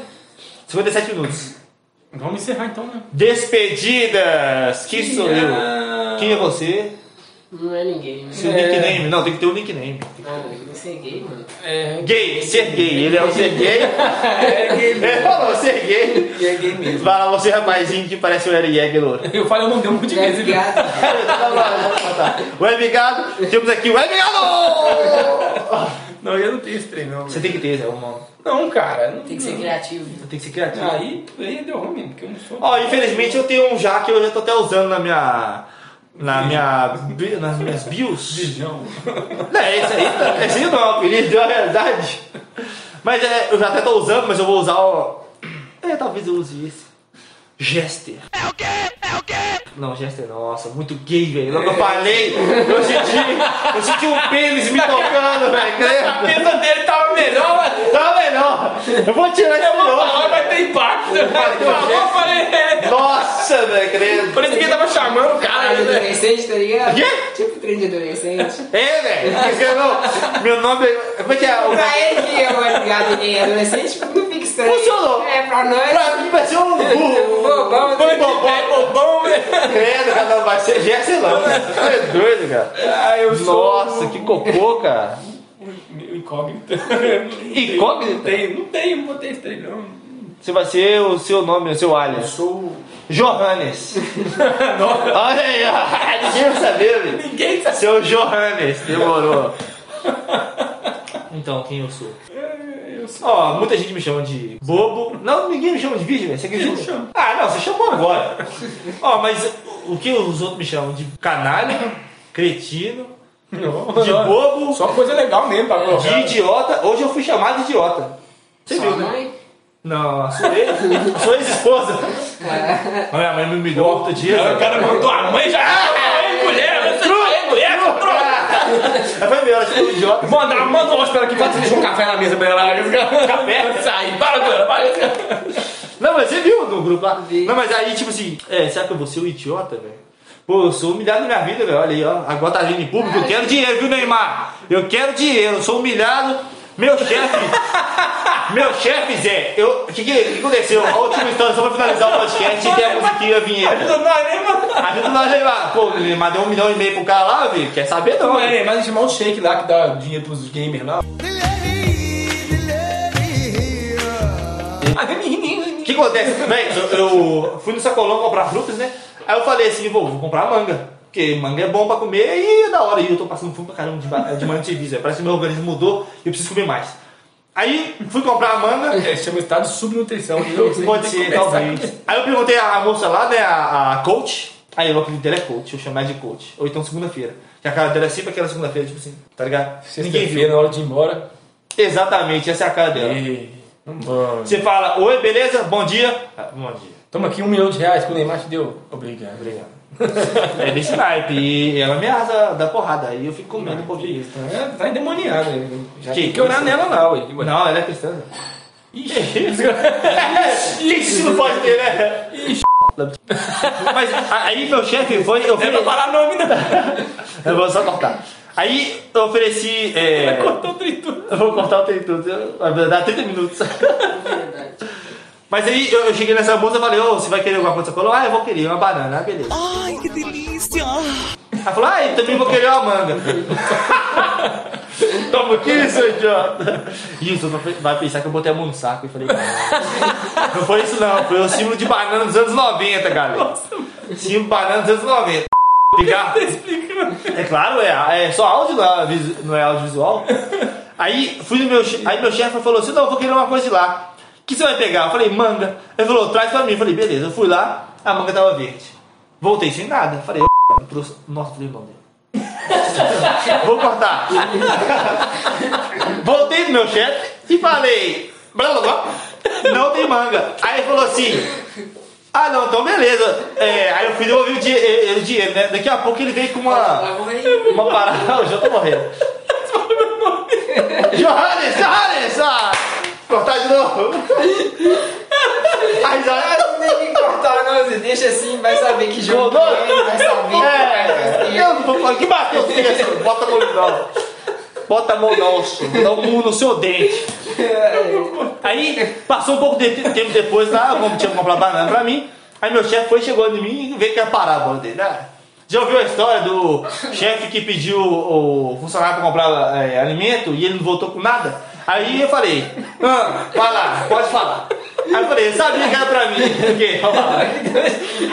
57 minutos. Vamos encerrar então, né? Despedidas! Que sou eu? Quem é você? Não é ninguém, né? Seu ah. É. nickname? Não, tem que ter um nickname. Ah, não, eu não sei gay, mano. É. Gay, ser gay. Ele é o ser gay. É gay Ele mesmo. falou ser gay. É gay mesmo. Vai lá, você rapazinho que parece o Eric Jäger louro. Eu falei o nome dele um monte de vezes. viu? Obrigado. Webgado, temos aqui o Webgado! Não, eu não tenho esse trem, não. Você velho. tem que ter, é um nome. Não, cara. Não Tem que ser criativo. Tem que ser criativo. Aí, aí deu ruim, porque eu não sou. Ó, infelizmente eu tenho um já que eu já tô até usando na minha. Na minha. bi- Nas minhas bios. Beijão. Não, é esse aí, tá- esse aí não é um apelido, é uma realidade. Mas é, eu já até tô usando, mas eu vou usar o. É, talvez eu use esse. Jester. É o quê? É o quê? Não, Jester, não. nossa, muito gay, velho. Logo eu falei, eu senti, eu senti um pênis me tocando, velho. credo. cabeça dele tava melhor, mas Tá melhor. Eu vou tirar esse agora nome. vai ter impacto. Eu falei, é. Nossa, velho, credo. Parece que ele tava chamando o cara Cara de ainda. adolescente, tá ligado? Quê? Tipo trem de adolescente. É, velho. esqueceu, não. Meu nome é. Como é que é? O- Pra ele que é o ligado gay adolescente, não fica estranho. Funcionou. É, pra nós. Pra mim vai ser um burro. Bobão, Bando de velho bobão, velho. Credo, cara, não vai ser Gersilão. Você é doido, cara. Ah, eu Nossa, que cocô, cara. Meu incógnito. Incógnito? Não tenho, não tenho, não botei esse trem, não. Você vai ser o seu nome, o seu alien. Eu sou. Johannes. Nossa. Olha aí, ó. Ninguém vai saber, velho. Ninguém tá. Seu Johannes. Demorou. Então, quem eu sou? Eu sou. Ó, muita gente me chama de bobo. Não, ninguém me chama de virgem, velho. Você acredita? Eu chamo. Ah, não, você chamou agora. Ó, mas o que os outros me chamam? De canalha, cretino, de bobo, Só coisa legal mesmo tá pra de colocar. idiota. Hoje eu fui chamado de idiota. Você Sua viu, né? mãe? Não, a sua ex- a sua ex-esposa. Olha, a mãe me humilhou outro dia. O cara mandou a mãe já. Ah, ei, mulher, você é mulher, você trouxe. Ela foi melhor, ela chamou de idiota. Manda, manda um hóspede aqui, bota deixa um café na mesa pra ela. Café? Sai, para com ela, para com ela. Não, mas você viu no grupo lá? Vi. Não, mas aí, tipo assim, é, será que eu vou ser um idiota, velho? Pô, eu sou humilhado na minha vida, velho. Olha aí, ó. Agora tá agindo em público. Eu quero dinheiro, viu, Neymar? Eu quero dinheiro. Eu sou humilhado. Meu chefe. meu chefe, Zé. Eu, o que, que, que aconteceu? A última história, só pra finalizar o podcast e tem a musiquinha, a vinheta. Não, não, nem manda. Ajuda nós, Neymar. Pô, o Neymar deu um milhão e meio pro cara lá, velho. Quer saber, não? Não, é, mas a gente chamar um shake lá que dá dinheiro pros gamers lá. Ah, nem ri, nem ri, nem O ri. que acontece? Véi, eu, eu fui no sacolão comprar frutas, né? Aí eu falei assim, vou, vou comprar manga. Porque manga é bom pra comer e é da hora. E eu tô passando fome pra caramba de, ba- de manga de serviço. Parece que meu organismo mudou e eu preciso comer mais. Aí fui comprar a manga. É, chama estado de subnutrição. viu? Você Pode tem ser, que começar com talvez. isso. Aí eu perguntei à moça lá, né, a, a coach. Aí eu apelido dela é coach, eu chamar de coach. Ou então segunda-feira. Que a cara dela é sempre aquela segunda-feira, tipo assim, tá ligado? Ninguém Sexta-feira, viu. na hora de ir embora. Exatamente, essa é a cara dela. Ei, vambora. Você fala, oi, beleza? Bom dia. Ah, bom dia. Toma aqui um milhão de reais que o Neymar te deu. Obrigado. Obrigado. É desse naipe. E ela ameaça dar porrada. Aí eu fico com medo um pouquinho. É, tá endemoniado. né? Já Que tem que orar isso? nela lá, ué. Não, ela é cristã. Que isso não pode ter, né? Mas a- aí meu chefe foi. Eu, fui, Não É falar nome né? não. eu vou só cortar. Aí eu ofereci. é, Cortou tritura. eu vou cortar o tempo todo. Vai dar 30 minutos. Mas aí eu eu cheguei nessa moça e falei: Ô, você vai querer alguma coisa? Ela falou: Ah, eu vou querer uma banana. Ah, beleza. Ai, que delícia! Ela falou, ah, eu também vou querer uma manga. Toma aqui, seu idiota. E o senhor vai pensar que eu botei a mão no saco e falei, não. Não foi isso não, foi o símbolo de banana dos anos 90, galera. símbolo de banana dos anos 90. Ligar? É claro, é, é só áudio, não é, visu- não é audiovisual. Aí fui no meu, che- aí meu chefe falou assim, não, eu vou querer uma coisa de lá. O que você vai pegar? Eu falei, manga. Ele falou, traz pra mim. Eu falei, beleza. Eu fui lá, a manga tava verde. Voltei sem nada. Eu Falei, eu trouxe... Nossa, falei o nome dele. Vou cortar. Voltei do meu chefe e falei. Blá, blá, blá, não tem manga. Aí ele falou assim. Ah não, então beleza. É, aí eu fui devolver o, di- eh, eh, o dinheiro, né? Daqui a pouco ele veio com uma. Uma parada. O João tá morrendo. Johannes, Johannes! Ah, cortar de novo. Aí já. Não tem que cortar, não. Você deixa assim, vai saber que jogo que Jogou? é, vai saber que É, vai eu não vou falar que bateu o texto. Bota a mão não. Bota a mão não, senhor. dá um murro no seu dente. É. Aí, passou um pouco de te- tempo depois, lá, vamos tinha que comprar banana pra mim. Aí meu chefe foi, chegou em mim e veio que ia parar a bola dele. Ah, já ouviu a história do chefe que pediu o funcionário pra comprar é, alimento e ele não voltou com nada? Aí eu falei, ah, vai lá, pode falar. Aí eu falei, sabia que era pra mim. O quê? Vamos lá.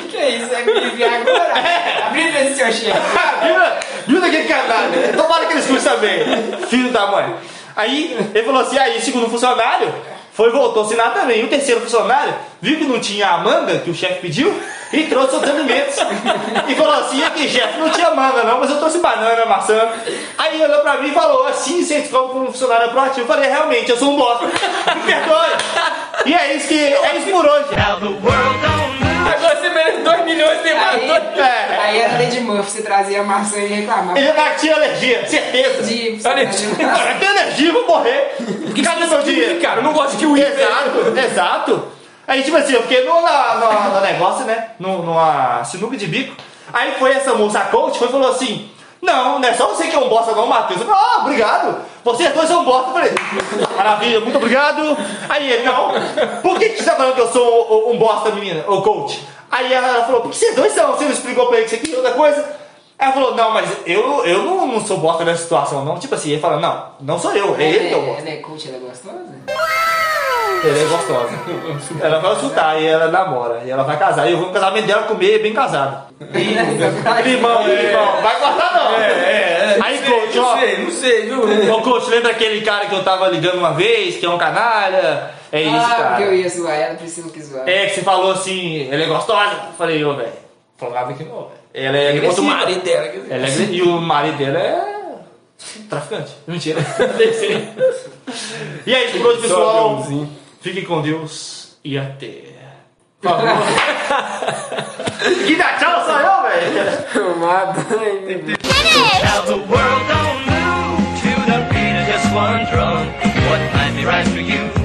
Que isso, é me ver agora? É. Abrindo esse seu chefe. Viu- Viu daquele canalha? Tomara que eles escute também, filho da mãe. Aí ele falou assim: aí, o segundo funcionário foi e voltou a assinar também. E o terceiro funcionário viu que não tinha a manga que o chefe pediu e trouxe os alimentos. E falou assim: aqui, chefe, não tinha manga não, mas eu trouxe banana, maçã. Aí olhou pra mim e falou assim: vocês ficam com um funcionário proativo. Eu falei: realmente, eu sou um bosta. Me perdoe. E é isso que é isso por hoje. Now the world don't know. Agora você merece 2 milhões de Aí, matou. É, aí era Lady Murphy, você trazia a maçã e reclamava. ele já tinha alergia, certeza. De, Olha, Cara, tem energia, vou morrer. Cadê meu dinheiro? Cara, eu não gosto de Wii. Exato, exato. Aí, tipo assim, eu fiquei no, na, na- no negócio, né? No, numa sinuca de bico. Aí foi essa moça, a coach, foi e falou assim: Não, não é só você que é um bosta, não, Matheus. Eu falei: Ah, obrigado. Vocês dois são um bosta. Eu falei: Maravilha, muito obrigado. Aí ele: Não, por que, que você tá falando que eu sou um, um bosta, menina? Ô, coach. Aí ela falou: Por que vocês dois são? Você não explicou pra ele isso aqui, outra coisa? Ela falou, não, mas eu, eu não, não sou bosta nessa situação, não. Tipo assim, ele fala, não, não sou eu, é ele que é o bosta. Ela é coach, ela é gostosa? Ela é gostosa. ela vai chutar e ela namora. E ela vai casar. E eu vou no casamento dela comer bem casado. é Limão, limão. Vai cortar não. Aí, coach, ó. Não sei, não sei, viu? Ô, coach, lembra aquele cara que eu tava ligando uma vez, que é um canalha? É isso, Ah, porque eu cara. ia zoar ela, preciso que zoar. É que você falou assim, ela é gostosa. Eu falei, ô, velho. Falou nada aqui não, velho. Ela é Enquanto o agressiva. marido dela. quer dizer. Ela é agressiva. E o marido dela é... Traficante. Mentira. e é isso, por hoje, Só pessoal. Joãozinho. Fique com Deus e até. Que dá tchau, sou eu, velho. Tomar banho. Now the world don't know. To the beat of just one drum. What might be right for you